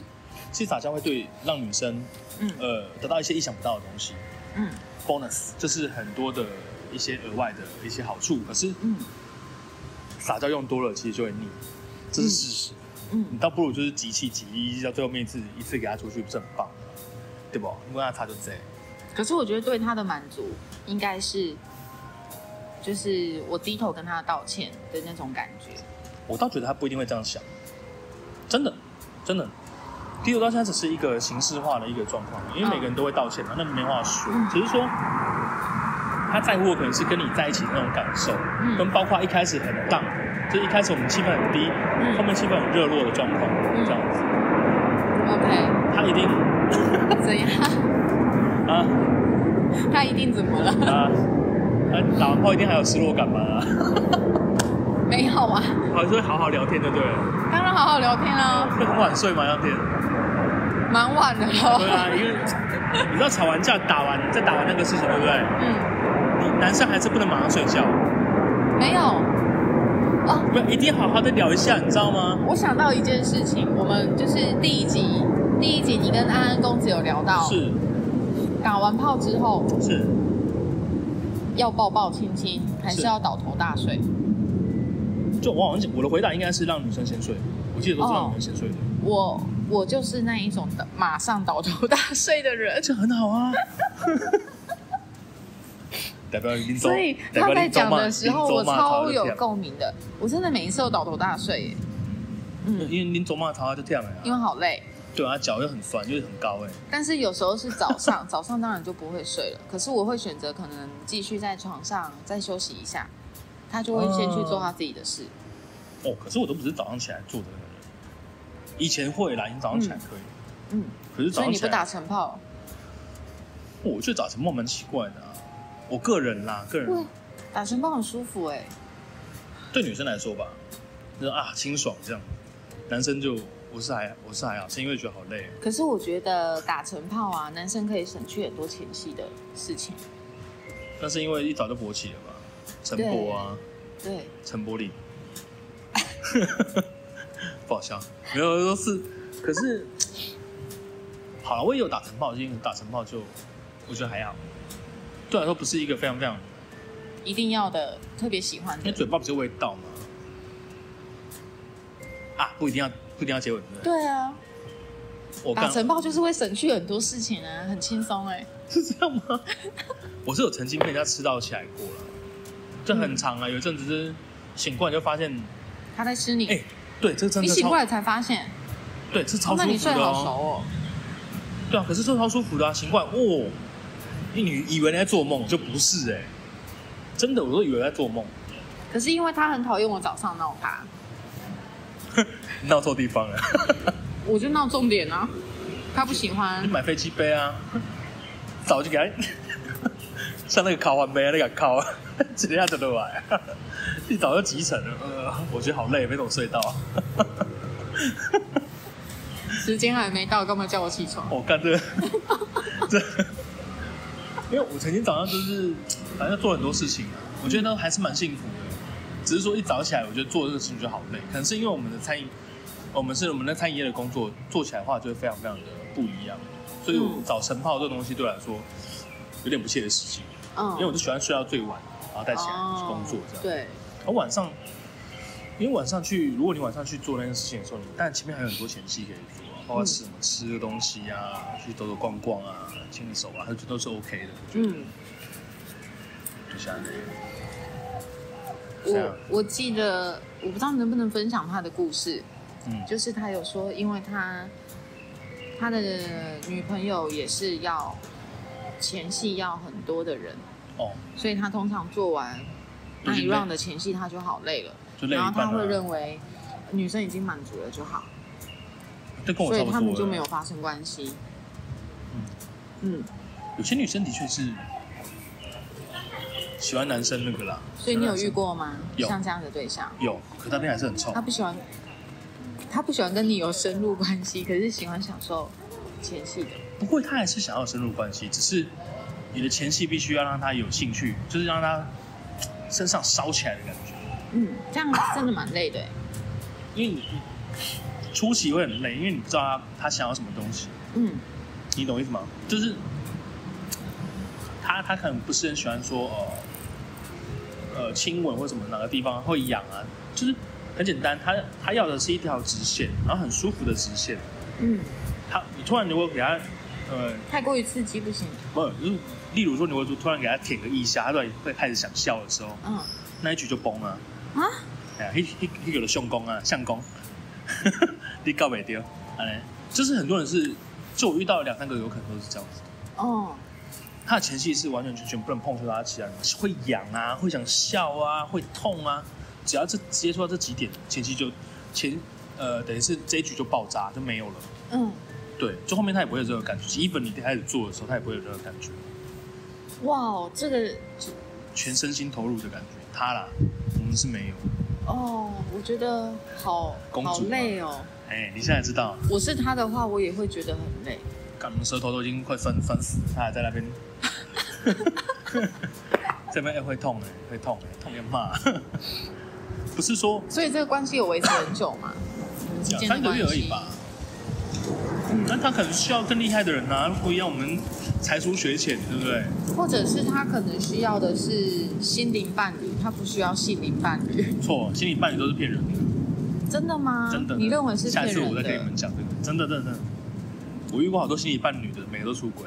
[SPEAKER 1] 其实撒娇会对让女生
[SPEAKER 2] 嗯
[SPEAKER 1] 呃得到一些意想不到的东西
[SPEAKER 2] 嗯
[SPEAKER 1] ，bonus 就是很多的一些额外的一些好处。可是
[SPEAKER 2] 嗯
[SPEAKER 1] 撒娇用多了，其实就会腻，这是事实。你
[SPEAKER 2] 嗯，
[SPEAKER 1] 倒不如就是集气集一，到最后面一次一次给他出去，不是很棒吗？对不？你问他他就这样。
[SPEAKER 2] 可是我觉得对他的满足应该是，就是我低头跟他道歉的那种感觉。
[SPEAKER 1] 我倒觉得他不一定会这样想，真的，真的。第六道歉只是一个形式化的一个状况，因为
[SPEAKER 2] 嗯
[SPEAKER 1] 每个人都会道歉嘛，那没话说
[SPEAKER 2] 嗯。
[SPEAKER 1] 只是说他在乎的可能是跟你在一起的那种感受，
[SPEAKER 2] 嗯
[SPEAKER 1] 跟包括一开始很荡，就是一开始我们气氛很低，
[SPEAKER 2] 嗯
[SPEAKER 1] 后面气氛很热络的状况，这样子，
[SPEAKER 2] OK，
[SPEAKER 1] 他一定
[SPEAKER 2] 怎样？
[SPEAKER 1] 啊
[SPEAKER 2] 他一定怎么了？
[SPEAKER 1] 啊啊打完炮一定还有失落感吧、啊，
[SPEAKER 2] 没有啊，
[SPEAKER 1] 好像是会好好聊天就对了。
[SPEAKER 2] 当然好好聊天啦，
[SPEAKER 1] 会很晚睡吗？当天？
[SPEAKER 2] 蛮晚的了。
[SPEAKER 1] 对啊，因为你知道吵完架打完再打完那个事情，对不对？
[SPEAKER 2] 嗯，
[SPEAKER 1] 你男生还是不能马上睡觉，
[SPEAKER 2] 没有。
[SPEAKER 1] 不一定好好的聊一下，你知道吗？
[SPEAKER 2] 我想到一件事情，我们就是第一集，第一集你跟安安公子有聊到，
[SPEAKER 1] 是
[SPEAKER 2] 打完炮之后
[SPEAKER 1] 是，
[SPEAKER 2] 要抱抱亲亲，还是
[SPEAKER 1] 是
[SPEAKER 2] 要倒头大睡？
[SPEAKER 1] 就我好像我的回答应该是让女生先睡，我记得都
[SPEAKER 2] 哦
[SPEAKER 1] 是让女生先睡的，
[SPEAKER 2] 我我就是那一种的马上倒头大睡的人，
[SPEAKER 1] 这很 好啊。代表林州，
[SPEAKER 2] 所以
[SPEAKER 1] 代
[SPEAKER 2] 他
[SPEAKER 1] 表
[SPEAKER 2] 在
[SPEAKER 1] 林州
[SPEAKER 2] 讲
[SPEAKER 1] 嘛
[SPEAKER 2] 的时候，
[SPEAKER 1] 林州
[SPEAKER 2] 我
[SPEAKER 1] 嘛
[SPEAKER 2] 超有
[SPEAKER 1] 吵到就跳
[SPEAKER 2] 共鸣的。我真的每一次都倒头大睡耶，嗯，
[SPEAKER 1] 因为林州嘛，他就跳了
[SPEAKER 2] 因
[SPEAKER 1] 呀。
[SPEAKER 2] 为好累。
[SPEAKER 1] 对啊，脚又很酸，又很高哎。
[SPEAKER 2] 但是有时候是早上， 早上当然就不会睡了。可是我会选择可能继续在床上再休息一下，他就会先去做他自己的事。
[SPEAKER 1] 哦，可是我都不是早上起来做的那个人，以前会啦，你早上起来可以，
[SPEAKER 2] 嗯，
[SPEAKER 1] 可是早
[SPEAKER 2] 所以
[SPEAKER 1] 上
[SPEAKER 2] 你
[SPEAKER 1] 起
[SPEAKER 2] 不
[SPEAKER 1] 来
[SPEAKER 2] 打晨炮，
[SPEAKER 1] 我觉得早晨梦蛮奇怪的啊。我个人啦，个人
[SPEAKER 2] 哇，打晨炮很舒服哎、
[SPEAKER 1] 对女生来说吧，就是啊清爽这样。男生就我是还我是还好，是因为觉得好累。
[SPEAKER 2] 可是我觉得打晨炮啊，男生可以省去很多前戏的事情。
[SPEAKER 1] 但是因为一早就勃起了嘛，陈勃啊，
[SPEAKER 2] 对，
[SPEAKER 1] 陈柏 霖，不好笑，没有都是。可是好了，我也有打晨炮，因为打晨炮就我觉得还好，对我来说不是一个非常非常，
[SPEAKER 2] 一定要的，特别喜欢
[SPEAKER 1] 因为
[SPEAKER 2] 的。
[SPEAKER 1] 嘴巴不是味道嘛。啊，不一定要不一定要接吻，对不对？
[SPEAKER 2] 对啊，
[SPEAKER 1] 我
[SPEAKER 2] 打
[SPEAKER 1] 刚
[SPEAKER 2] 晨炮就是会省去很多事情啊，很轻松哎。
[SPEAKER 1] 是这样吗？我是有曾经被人家吃到起来过了，这很长啊，有一阵子就是醒过来就发现，
[SPEAKER 2] 他在吃你，
[SPEAKER 1] 哎、对，这真
[SPEAKER 2] 嗯你
[SPEAKER 1] 的
[SPEAKER 2] 醒
[SPEAKER 1] 超
[SPEAKER 2] 过，来才发现，
[SPEAKER 1] 对，这
[SPEAKER 2] 哦
[SPEAKER 1] 超
[SPEAKER 2] 那
[SPEAKER 1] 舒
[SPEAKER 2] 你
[SPEAKER 1] 服
[SPEAKER 2] 睡
[SPEAKER 1] 的
[SPEAKER 2] 好熟哦。
[SPEAKER 1] 哦，对啊，可是这超舒服的啊，醒过来，哦，你以为你在做梦，就不是哎、真的，我都以为在做梦，
[SPEAKER 2] 可是因为他很讨厌我早上闹他，
[SPEAKER 1] 闹错地方了，
[SPEAKER 2] 我就闹重点啊，他不喜欢
[SPEAKER 1] 你。买飞机杯啊，早就给他， 像那个烤完杯啊那个烤， 直接下整得来，一早就集成了，呃，我觉得好累，没怎么睡到、啊
[SPEAKER 2] 时间还没到，干嘛叫我起床？
[SPEAKER 1] 我哦干这个， 这，因为我曾经早上就是，反正做很多事情啊，我觉得还是蛮幸福的。只是说一早起来，我觉得做这个事情就好累，可能是因为我们的餐饮，我们是我们的餐饮业的工作做起来的话，就会非常非常的不一样。所以我早晨泡这个东西对我来说有点不切实际，
[SPEAKER 2] 嗯，哦
[SPEAKER 1] 因为我就喜欢睡到最晚，然后再起来去工作这样。
[SPEAKER 2] 对，
[SPEAKER 1] 而晚上，因为晚上去，如果你晚上去做那件事情的时候，你但前面还有很多前期可以做啊，
[SPEAKER 2] 嗯
[SPEAKER 1] 包括吃什么吃的东西啊，去走走逛逛啊，牵个手啊，这都是 OK 的。我觉得
[SPEAKER 2] 嗯，
[SPEAKER 1] 就像那个，这样
[SPEAKER 2] 我我记得，我不知道能不能分享他的故事，
[SPEAKER 1] 嗯，
[SPEAKER 2] 就是他有说，因为他他的女朋友也是要前戏要很多的人，
[SPEAKER 1] 哦，
[SPEAKER 2] 所以他通常做完那
[SPEAKER 1] 已
[SPEAKER 2] 一
[SPEAKER 1] 经累
[SPEAKER 2] round 的前戏，他就好累了，
[SPEAKER 1] 就累一
[SPEAKER 2] 然后他
[SPEAKER 1] 半
[SPEAKER 2] 会
[SPEAKER 1] 了、啊
[SPEAKER 2] 认，为女生已经满足了就好。
[SPEAKER 1] 这跟我
[SPEAKER 2] 所
[SPEAKER 1] 差
[SPEAKER 2] 以
[SPEAKER 1] 不多。
[SPEAKER 2] 他们就没有。发生关系。嗯
[SPEAKER 1] 有些女生的确是喜欢男生那个啦。
[SPEAKER 2] 所以你有遇过吗？
[SPEAKER 1] 啊有
[SPEAKER 2] 像这样的对象，
[SPEAKER 1] 有，可那边还是很臭
[SPEAKER 2] 他。不喜欢，他不喜欢跟你有深入关系，可是喜欢享受前戏的。
[SPEAKER 1] 不过他还是想要深入关系，只是你的前戏必须要让他有兴趣，就是让他嘖身上烧起来的感觉。
[SPEAKER 2] 嗯，这样真的蛮累的欸。
[SPEAKER 1] 因为你初期会很累，因为你不知道他他想要什么东西，
[SPEAKER 2] 嗯，
[SPEAKER 1] 你懂我意思吗？就是嘖他他可能不是很喜欢说哦呃呃亲吻或什么哪个地方会痒啊，就是很简单，他他要的是一条直线，然后很舒服的直线。
[SPEAKER 2] 嗯，
[SPEAKER 1] 他你突然如果给他呃
[SPEAKER 2] 太过于刺激不行。
[SPEAKER 1] 不，就是例如说你会突然给他舔个一下，他突然会开始想笑的时候，
[SPEAKER 2] 嗯
[SPEAKER 1] 那一局就崩了。
[SPEAKER 2] 啊，
[SPEAKER 1] 哎呀，一一一个的相公啊，相公， 你告没丢，安尼，就是很多人是，就我遇到两三个有可能都是这样子，
[SPEAKER 2] 哦，
[SPEAKER 1] 他的前戏是完完全全不能碰触到他其他人，会痒啊，会想笑啊，会痛啊，只要这接触到这几点，前期就前呃等于是这一局就爆炸就没有了。
[SPEAKER 2] 嗯，
[SPEAKER 1] 对，就后面他也不会有这个感觉，even 你开始做的时候，他也不会有这个感觉，
[SPEAKER 2] 哇哦，这个
[SPEAKER 1] 全身心投入的感觉。他啦，我们是没有。
[SPEAKER 2] 哦，我觉得好
[SPEAKER 1] 公主
[SPEAKER 2] 好
[SPEAKER 1] 吗
[SPEAKER 2] 累哦。
[SPEAKER 1] 哎、你现在知道，
[SPEAKER 2] 我是他的话，我也会觉得很累。
[SPEAKER 1] 干我们舌头都已经快分分死，他还在那边， 这边哎会痛哎、会痛哎、痛要骂。不是说
[SPEAKER 2] 所以这个关系有维持很久嘛？你们之
[SPEAKER 1] 两
[SPEAKER 2] 间
[SPEAKER 1] 三
[SPEAKER 2] 的
[SPEAKER 1] 个
[SPEAKER 2] 关
[SPEAKER 1] 月而已
[SPEAKER 2] 系？
[SPEAKER 1] 吧。嗯那他可能需要更厉害的人啊，不一样，我们才疏学浅，对不对？
[SPEAKER 2] 或者是他可能需要的是心灵伴侣，他不需要性灵伴侣，
[SPEAKER 1] 错，心理伴侣都是骗人的，
[SPEAKER 2] 真的吗？
[SPEAKER 1] 真的。
[SPEAKER 2] 哦你认为是
[SPEAKER 1] 下
[SPEAKER 2] 骗
[SPEAKER 1] 次我
[SPEAKER 2] 人
[SPEAKER 1] 再跟你
[SPEAKER 2] 的
[SPEAKER 1] 们？讲这个，真的真的真的。我遇过好多心理伴侣的，每个都出轨。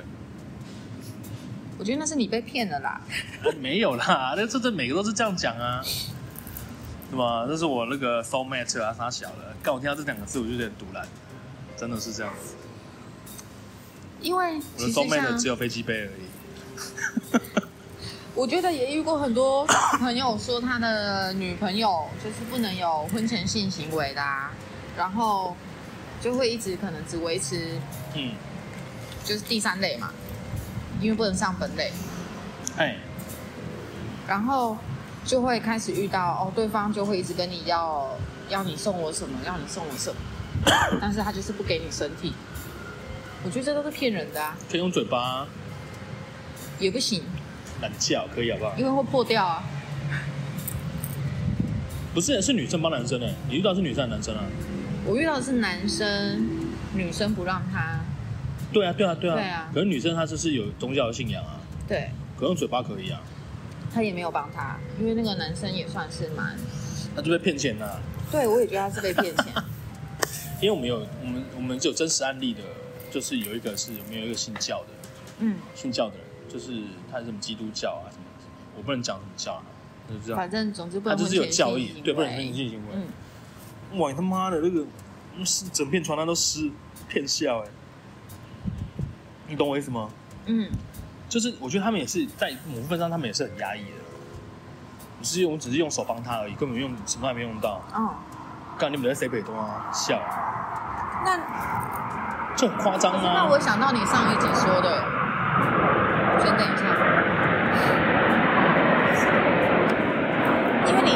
[SPEAKER 2] 我觉得那是你被骗了啦。
[SPEAKER 1] 啊 没有啦，那这这每个都是这样讲啊，对吧？这是我那个 soul mate 啊，啥小的，刚我听到这两个字我就有点堵然，真的是这样子。
[SPEAKER 2] 因为
[SPEAKER 1] 我
[SPEAKER 2] 其实
[SPEAKER 1] 的 soul
[SPEAKER 2] 像
[SPEAKER 1] mate 只有飞机杯而已，
[SPEAKER 2] 我觉得也遇过很多朋友说他的女朋友就是不能有婚前性行为的、啊，然后就会一直可能只维持
[SPEAKER 1] 嗯，
[SPEAKER 2] 就是第三类嘛，因为不能上本类，
[SPEAKER 1] 哎，
[SPEAKER 2] 然后就会开始遇到哦，对方就会一直跟你要要你送我什么，要你送我 什么，但是他就是不给你身体。我觉得这都是骗人的啊，
[SPEAKER 1] 可以用嘴巴
[SPEAKER 2] 也不行，
[SPEAKER 1] 懒觉，可以好不好？
[SPEAKER 2] 因为会破掉啊。
[SPEAKER 1] 不是，是女生帮男生哎、你遇到是女生还是男生啊？
[SPEAKER 2] 我遇到的是男生，女生不让他，
[SPEAKER 1] 对啊，对啊，对啊。
[SPEAKER 2] 对啊
[SPEAKER 1] 可是女生她就是有宗教的信仰啊，
[SPEAKER 2] 对
[SPEAKER 1] 可用嘴巴可以啊，
[SPEAKER 2] 他也没有帮他，因为那个男生也算是蛮，
[SPEAKER 1] 那就被骗钱啦、啊
[SPEAKER 2] 对我也觉得他是被骗 钱。
[SPEAKER 1] 因为我们有我们我们只有真实案例的，就是有一个是我们有一个信教的，
[SPEAKER 2] 嗯，
[SPEAKER 1] 信教的人，就是他是什么基督教啊什么，我不能讲什么教啊，就是这样，
[SPEAKER 2] 反正总之不
[SPEAKER 1] 他
[SPEAKER 2] 能
[SPEAKER 1] 就
[SPEAKER 2] 婚
[SPEAKER 1] 是有
[SPEAKER 2] 前
[SPEAKER 1] 教
[SPEAKER 2] 性
[SPEAKER 1] 义，
[SPEAKER 2] 行
[SPEAKER 1] 对，不能婚前
[SPEAKER 2] 为。
[SPEAKER 1] 性行为。
[SPEAKER 2] 嗯，
[SPEAKER 1] 哇，你他妈的那个，嗯是整片床单都湿，骗笑哎、你懂我意思吗？
[SPEAKER 2] 嗯，
[SPEAKER 1] 就是我觉得他们也是在某部分上，他们也是很压抑的。你是用只是用手帮他而已，根本用什么也没用到。
[SPEAKER 2] 哦，
[SPEAKER 1] 干你们在谁北东啊？笑啊，
[SPEAKER 2] 那
[SPEAKER 1] 这很夸张
[SPEAKER 2] 那
[SPEAKER 1] 啊！
[SPEAKER 2] 我想到你上一集说的，先等一下，因为你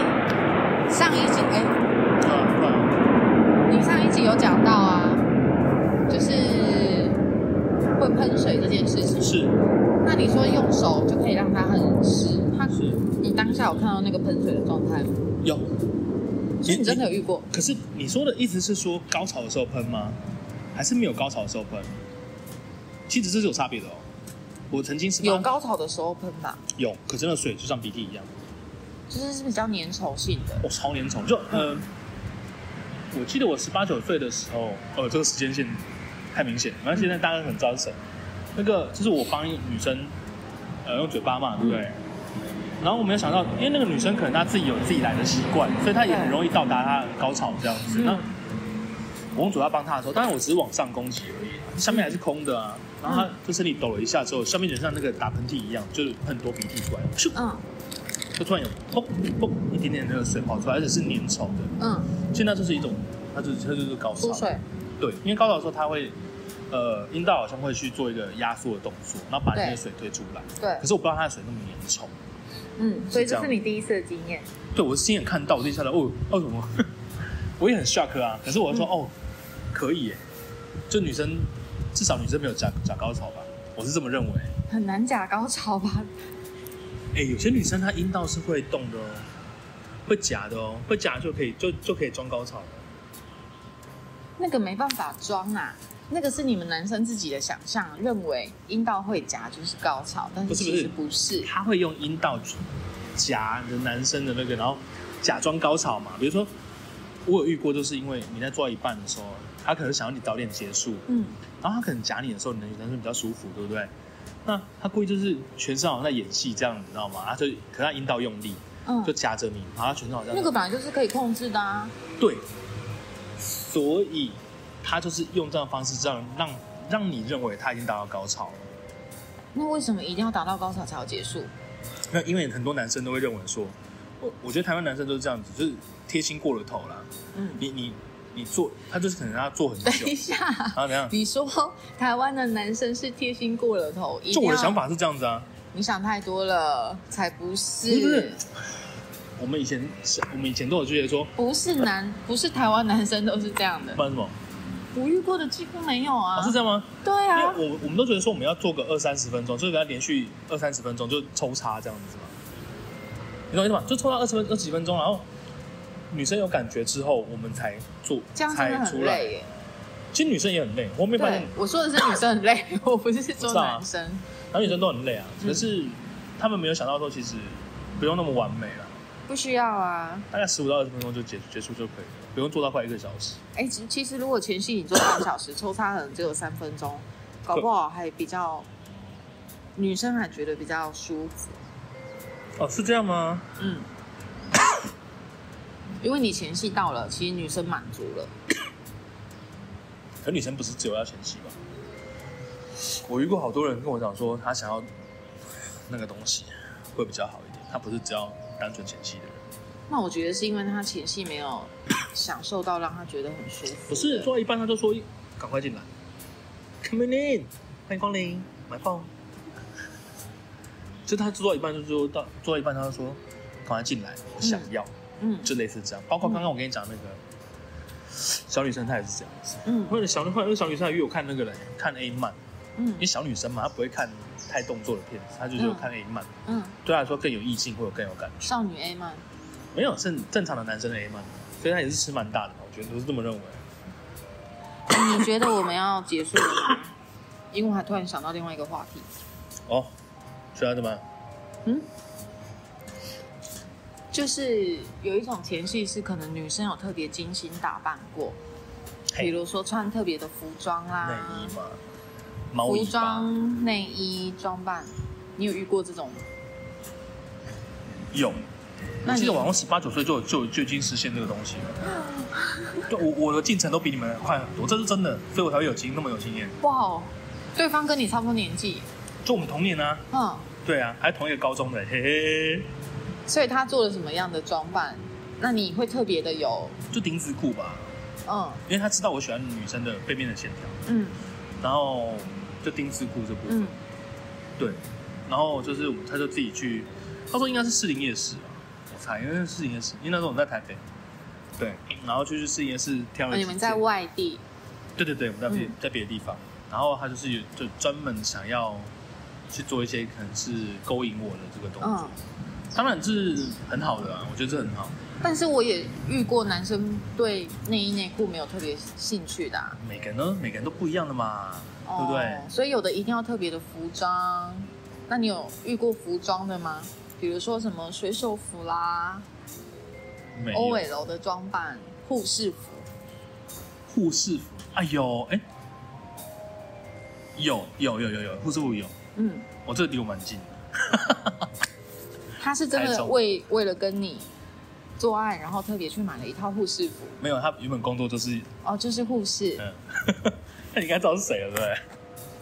[SPEAKER 2] 上一集哎、
[SPEAKER 1] 嗯对啊
[SPEAKER 2] 你上一集有讲到啊，就是会喷水这件事情。
[SPEAKER 1] 是
[SPEAKER 2] 那你说用手就可以让它很湿，它
[SPEAKER 1] 是
[SPEAKER 2] 你当下有看到那个喷水的状态吗？
[SPEAKER 1] 有，
[SPEAKER 2] 所以你真的有遇过？
[SPEAKER 1] 可是你说的意思是说高潮的时候喷吗？还是没有高潮的时候喷？其实这是有差别的哦。我曾经是
[SPEAKER 2] 有高潮的时候喷吧，
[SPEAKER 1] 有，可是那水就像鼻涕一样，
[SPEAKER 2] 就是是比较粘稠性的。
[SPEAKER 1] 我、哦超粘稠。就呃，我记得我十八九岁的时候，呃，这个时间线太明显，然后现在大家很知道是谁。那个就是我帮一个女生，呃，用嘴巴嘛，对不对？然后我没有想到，因为那个女生可能她自己有自己来的习惯，所以她也很容易到达她的高潮这样子。
[SPEAKER 2] 嗯
[SPEAKER 1] 那我用嘴巴帮她的时候，当然我只是往上攻击而已，下面还是空的啊。然后她就身体抖了一下之后，下面就像那个打喷嚏一样，就是很多鼻涕出来，咻
[SPEAKER 2] 嗯
[SPEAKER 1] 就突然有砰砰一点点那个水跑出来，而且是粘稠的。
[SPEAKER 2] 嗯，
[SPEAKER 1] 现在就是一种，它就是它就是高潮
[SPEAKER 2] 出。水。
[SPEAKER 1] 对，因为高潮的时候它会，呃，阴道好像会去做一个压缩的动作，然后把里面的
[SPEAKER 2] 对
[SPEAKER 1] 水推出来。
[SPEAKER 2] 对
[SPEAKER 1] 可，是我不知道它的水那么粘稠，
[SPEAKER 2] 嗯，所以这是你第一次的经验。
[SPEAKER 1] 对我是亲眼看到，我就吓到哦哦什么， 我也很 shock 啊。可是我就说、哦，可以耶，就女生至少女生没有假假高潮吧，我是这么认为。
[SPEAKER 2] 很难假高潮吧？
[SPEAKER 1] 哎，有些女生她阴道是会动的哦，会夹的哦，会夹就可以就就可以装高潮了。
[SPEAKER 2] 那个没办法装啊，那个是你们男生自己的想象，认为阴道会夹就是高潮，但
[SPEAKER 1] 不
[SPEAKER 2] 是
[SPEAKER 1] 是不
[SPEAKER 2] 其
[SPEAKER 1] 是
[SPEAKER 2] 实不是。
[SPEAKER 1] 他会用阴道夹着男生的那个，然后假装高潮嘛。比如说，我有遇过，就是因为你在做到一半的时候，他可能想要你早点结束，
[SPEAKER 2] 嗯，
[SPEAKER 1] 然后他可能夹你的时候，你的女生是比较舒服，对不对？那他故意就是全身好像在演戏这样，你知道吗？他就可他阴道用力，
[SPEAKER 2] 嗯
[SPEAKER 1] 就，夹着你，然后他全身好像
[SPEAKER 2] 那个本来就是可以控制的啊。
[SPEAKER 1] 对，所以他就是用这样的方式，这样让让你认为他已经达到高潮了。
[SPEAKER 2] 那为什么一定要达到高潮才要结束？
[SPEAKER 1] 那因为很多男生都会认为说，我我觉得台湾男生都是这样子，就是贴心过了头啦。
[SPEAKER 2] 嗯
[SPEAKER 1] 你你你做，他就是可能要做很
[SPEAKER 2] 等
[SPEAKER 1] 久
[SPEAKER 2] 一， 下，
[SPEAKER 1] 然后怎样？
[SPEAKER 2] 你说台湾的男生是贴心过了头，一
[SPEAKER 1] 就
[SPEAKER 2] 定
[SPEAKER 1] 我的
[SPEAKER 2] 要
[SPEAKER 1] 想，法是这样子啊。
[SPEAKER 2] 你想太多了，才不
[SPEAKER 1] 不是不
[SPEAKER 2] 是
[SPEAKER 1] 是，我们以前是我们以前都有觉得说，
[SPEAKER 2] 不是男，不是台湾男生都是这样的
[SPEAKER 1] 不，然什么？
[SPEAKER 2] 我遇过的几乎没有啊。
[SPEAKER 1] 哦，是这样吗？
[SPEAKER 2] 对
[SPEAKER 1] 因为
[SPEAKER 2] 啊，
[SPEAKER 1] 我我们都觉得说我们要做个二三十分钟，就是给他连续二三十分钟就抽插这样子嘛。你懂我意思吗？就抽到二十分二十几分钟，然后女生有感觉之后，我们才做
[SPEAKER 2] 这样真的
[SPEAKER 1] 才
[SPEAKER 2] 很
[SPEAKER 1] 出来
[SPEAKER 2] 累。耶。
[SPEAKER 1] 其实女生也很累， 我没发现
[SPEAKER 2] 对，我说的是女生很累， 我不是说
[SPEAKER 1] 知道啊
[SPEAKER 2] 男生。
[SPEAKER 1] 男女生都很累啊，
[SPEAKER 2] 嗯
[SPEAKER 1] 可是他们没有想到说，其实不用那么完美了，
[SPEAKER 2] 不需要啊。
[SPEAKER 1] 大概十五到二十分钟就结结束就可以了，不用做到快一个小时。
[SPEAKER 2] 哎、其其实如果前戏你做半小时，抽插可能只有三分钟，搞不好还比较女生还觉得比较舒服。
[SPEAKER 1] 哦，是这样吗？
[SPEAKER 2] 嗯，因为你前戏到了，其实女生满足了。
[SPEAKER 1] 可女生不是只有要前戏吧？我遇过好多人跟我讲说，他想要那个东西会比较好一点，他不是只要单纯前戏的人。
[SPEAKER 2] 那我觉得是因为她前戏没 有享受到让她觉得很舒服。
[SPEAKER 1] 不是做到一半他就说，赶快进来，Come in，欢迎光临，买报。 就他做到一半就说到做到一半，他就说赶快进来，我想要。
[SPEAKER 2] 嗯
[SPEAKER 1] 就类似这样。包括刚刚我跟你讲那个小女生，她也是这样子。
[SPEAKER 2] 嗯
[SPEAKER 1] 或者小女，或者小女生还约我看那个人，看 A 漫，
[SPEAKER 2] 嗯
[SPEAKER 1] 因为小女生嘛，她不会看太动作的片子，她就是有看 A 漫，
[SPEAKER 2] 嗯，
[SPEAKER 1] 对她来说更有意境，会有更有感觉。
[SPEAKER 2] 少女 A 嘛，
[SPEAKER 1] 没有正正常的男生的 A 漫，所以她也是吃蛮大的嘛，我觉得我是这么认为。
[SPEAKER 2] 你觉得我们要结束了吗？ 因为我还突然想到另外一个话题。
[SPEAKER 1] 哦，所以她怎么？
[SPEAKER 2] 嗯，就是有一种前戏是可能女生有特别精心打扮过，比如说穿特别的服装
[SPEAKER 1] 嘿内
[SPEAKER 2] 啦，
[SPEAKER 1] 衣嘛，毛
[SPEAKER 2] 服
[SPEAKER 1] 衣吧，
[SPEAKER 2] 装、内衣装扮，你有遇过这种吗？
[SPEAKER 1] 有。
[SPEAKER 2] 那
[SPEAKER 1] 我
[SPEAKER 2] 你
[SPEAKER 1] 记得我好像十八九岁就就就已经实现这个东西了， 就我我的进程都比你们快很多，这是真的，所以我才会有经那么有经验。
[SPEAKER 2] 哇哦，对方跟你差不多年纪，
[SPEAKER 1] 就我们同年啊，
[SPEAKER 2] 嗯，
[SPEAKER 1] 对啊，还同一个高中的，嘿嘿，
[SPEAKER 2] 所以他做了什么样的装扮？那你会特别的有，
[SPEAKER 1] 就丁字裤吧，
[SPEAKER 2] 嗯
[SPEAKER 1] 因为他知道我喜欢女生的背面的线条，
[SPEAKER 2] 嗯
[SPEAKER 1] 然后就丁字裤这部分，
[SPEAKER 2] 嗯，
[SPEAKER 1] 对，然后就是他就自己去，他说应该是士林夜市啊，我猜，因为是士林夜市，因为那时候我们在台北，对，然后就去士林夜市挑了、
[SPEAKER 2] 你嗯们在？外地，
[SPEAKER 1] 对对对，我们在别、
[SPEAKER 2] 嗯
[SPEAKER 1] 在别的地方，然后他就是有就专门想要去做一些可能是勾引我的这个动作，
[SPEAKER 2] 嗯，
[SPEAKER 1] 当然是很好的啊，我觉得这很好。
[SPEAKER 2] 但是我也遇过男生对内衣内裤没有特别兴趣的、啊。
[SPEAKER 1] 每个人呢，每个人都不一样的嘛，对不对
[SPEAKER 2] 哦？所以有的一定要特别的服装。那你有遇过服装的吗？比如说什么水手服啦、
[SPEAKER 1] 没有
[SPEAKER 2] 欧尾楼的装扮、护士服，
[SPEAKER 1] 护士服，哎呦，哎，有有有有有护士服有，
[SPEAKER 2] 嗯，
[SPEAKER 1] 我、这离我蛮近的。
[SPEAKER 2] 他是真
[SPEAKER 1] 台
[SPEAKER 2] 的
[SPEAKER 1] 中
[SPEAKER 2] 为为了跟你做爱，然后特别去买了一套护士服。
[SPEAKER 1] 没有，他原本工作就是，
[SPEAKER 2] 哦，就是护士，
[SPEAKER 1] 嗯，那你应该知道是谁了，对不对？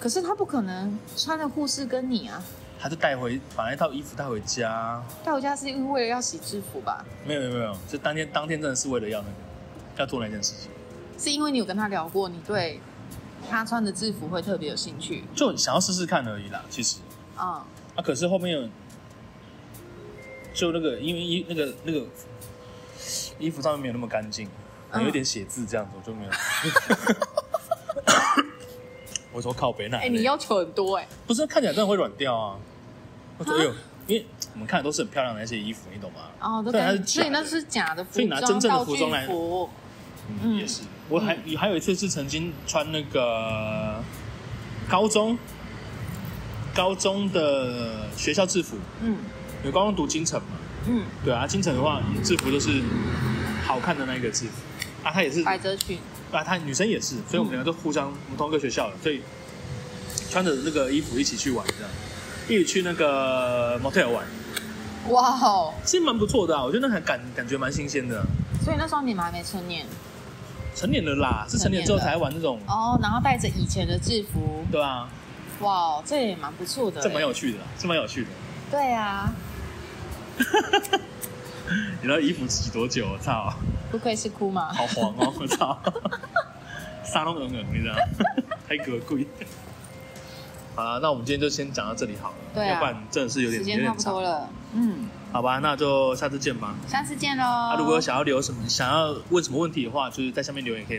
[SPEAKER 2] 可是他不可能穿着护士跟你啊，
[SPEAKER 1] 他就带回把那套衣服带回家，
[SPEAKER 2] 带回家是因为为了要洗制服吧？
[SPEAKER 1] 没有没有没有，就当天当天真的是为了要那个要做那件事情，
[SPEAKER 2] 是因为你有跟他聊过，你对他穿的制服会特别有兴趣嗯
[SPEAKER 1] 就想要试试看而已啦，其实
[SPEAKER 2] 啊、
[SPEAKER 1] 啊，可是后面有就那个因为衣那个那个衣服上面没有那么干净，
[SPEAKER 3] 嗯
[SPEAKER 1] 有点写字这样子，我就没有。 我说靠北那，
[SPEAKER 2] 哎、你要求很多哎、
[SPEAKER 1] 不是看起来真的会软掉啊？我说哎呦，因为我们看的都是很漂亮的那些衣服，你懂吗？
[SPEAKER 2] 哦，都
[SPEAKER 1] 对它
[SPEAKER 2] 感
[SPEAKER 1] 是
[SPEAKER 2] 觉，所
[SPEAKER 1] 假的
[SPEAKER 2] 以那是假的服
[SPEAKER 1] 所以
[SPEAKER 2] 装，
[SPEAKER 1] 拿真正的
[SPEAKER 2] 道
[SPEAKER 1] 服
[SPEAKER 2] 具
[SPEAKER 1] 装来
[SPEAKER 2] 服
[SPEAKER 1] 嗯，也是。我还还有一次是曾经穿那个高中高中的学校制服，
[SPEAKER 2] 嗯
[SPEAKER 1] 有高中读京城嘛？
[SPEAKER 2] 嗯，
[SPEAKER 1] 对啊，京城的话制服就是好看的那个制服啊，她也是
[SPEAKER 2] 百褶裙，
[SPEAKER 1] 啊，她女生也是，所以我们两个都互相我们同一个学校的，所以穿着那个衣服一起去玩这样。一起去那个 motel 玩，
[SPEAKER 2] 哇哦！
[SPEAKER 1] 其实蛮不错的啊，我觉得那还感感觉蛮新鲜的。啊
[SPEAKER 2] 所以那时候你们还没成年
[SPEAKER 1] 成年了啦，是成年之后才玩那种，
[SPEAKER 2] 哦，然后带着以前的制服，
[SPEAKER 1] 对啊，
[SPEAKER 2] 哇哦，这也蛮不错的、
[SPEAKER 1] 这蛮有趣的啦，这蛮有趣的。
[SPEAKER 2] 对啊，
[SPEAKER 1] 你那衣服洗多久？我操，
[SPEAKER 2] 不愧是哭嘛，
[SPEAKER 1] 好黄哦！ 我操，沙龙梗梗，你 知道，太可贵。好了，那我们今天就先讲到这里好了，
[SPEAKER 2] 对啊
[SPEAKER 1] 要不然真的是有点
[SPEAKER 2] 时
[SPEAKER 1] 有
[SPEAKER 2] 间差
[SPEAKER 1] 点
[SPEAKER 2] 不多
[SPEAKER 1] 长。
[SPEAKER 2] 了，嗯，
[SPEAKER 1] 好吧，那就下次见吧。啊
[SPEAKER 2] 下次见喽。
[SPEAKER 1] 啊，如果有想要留什么、想要问什么问题的话，就是在下面留言可以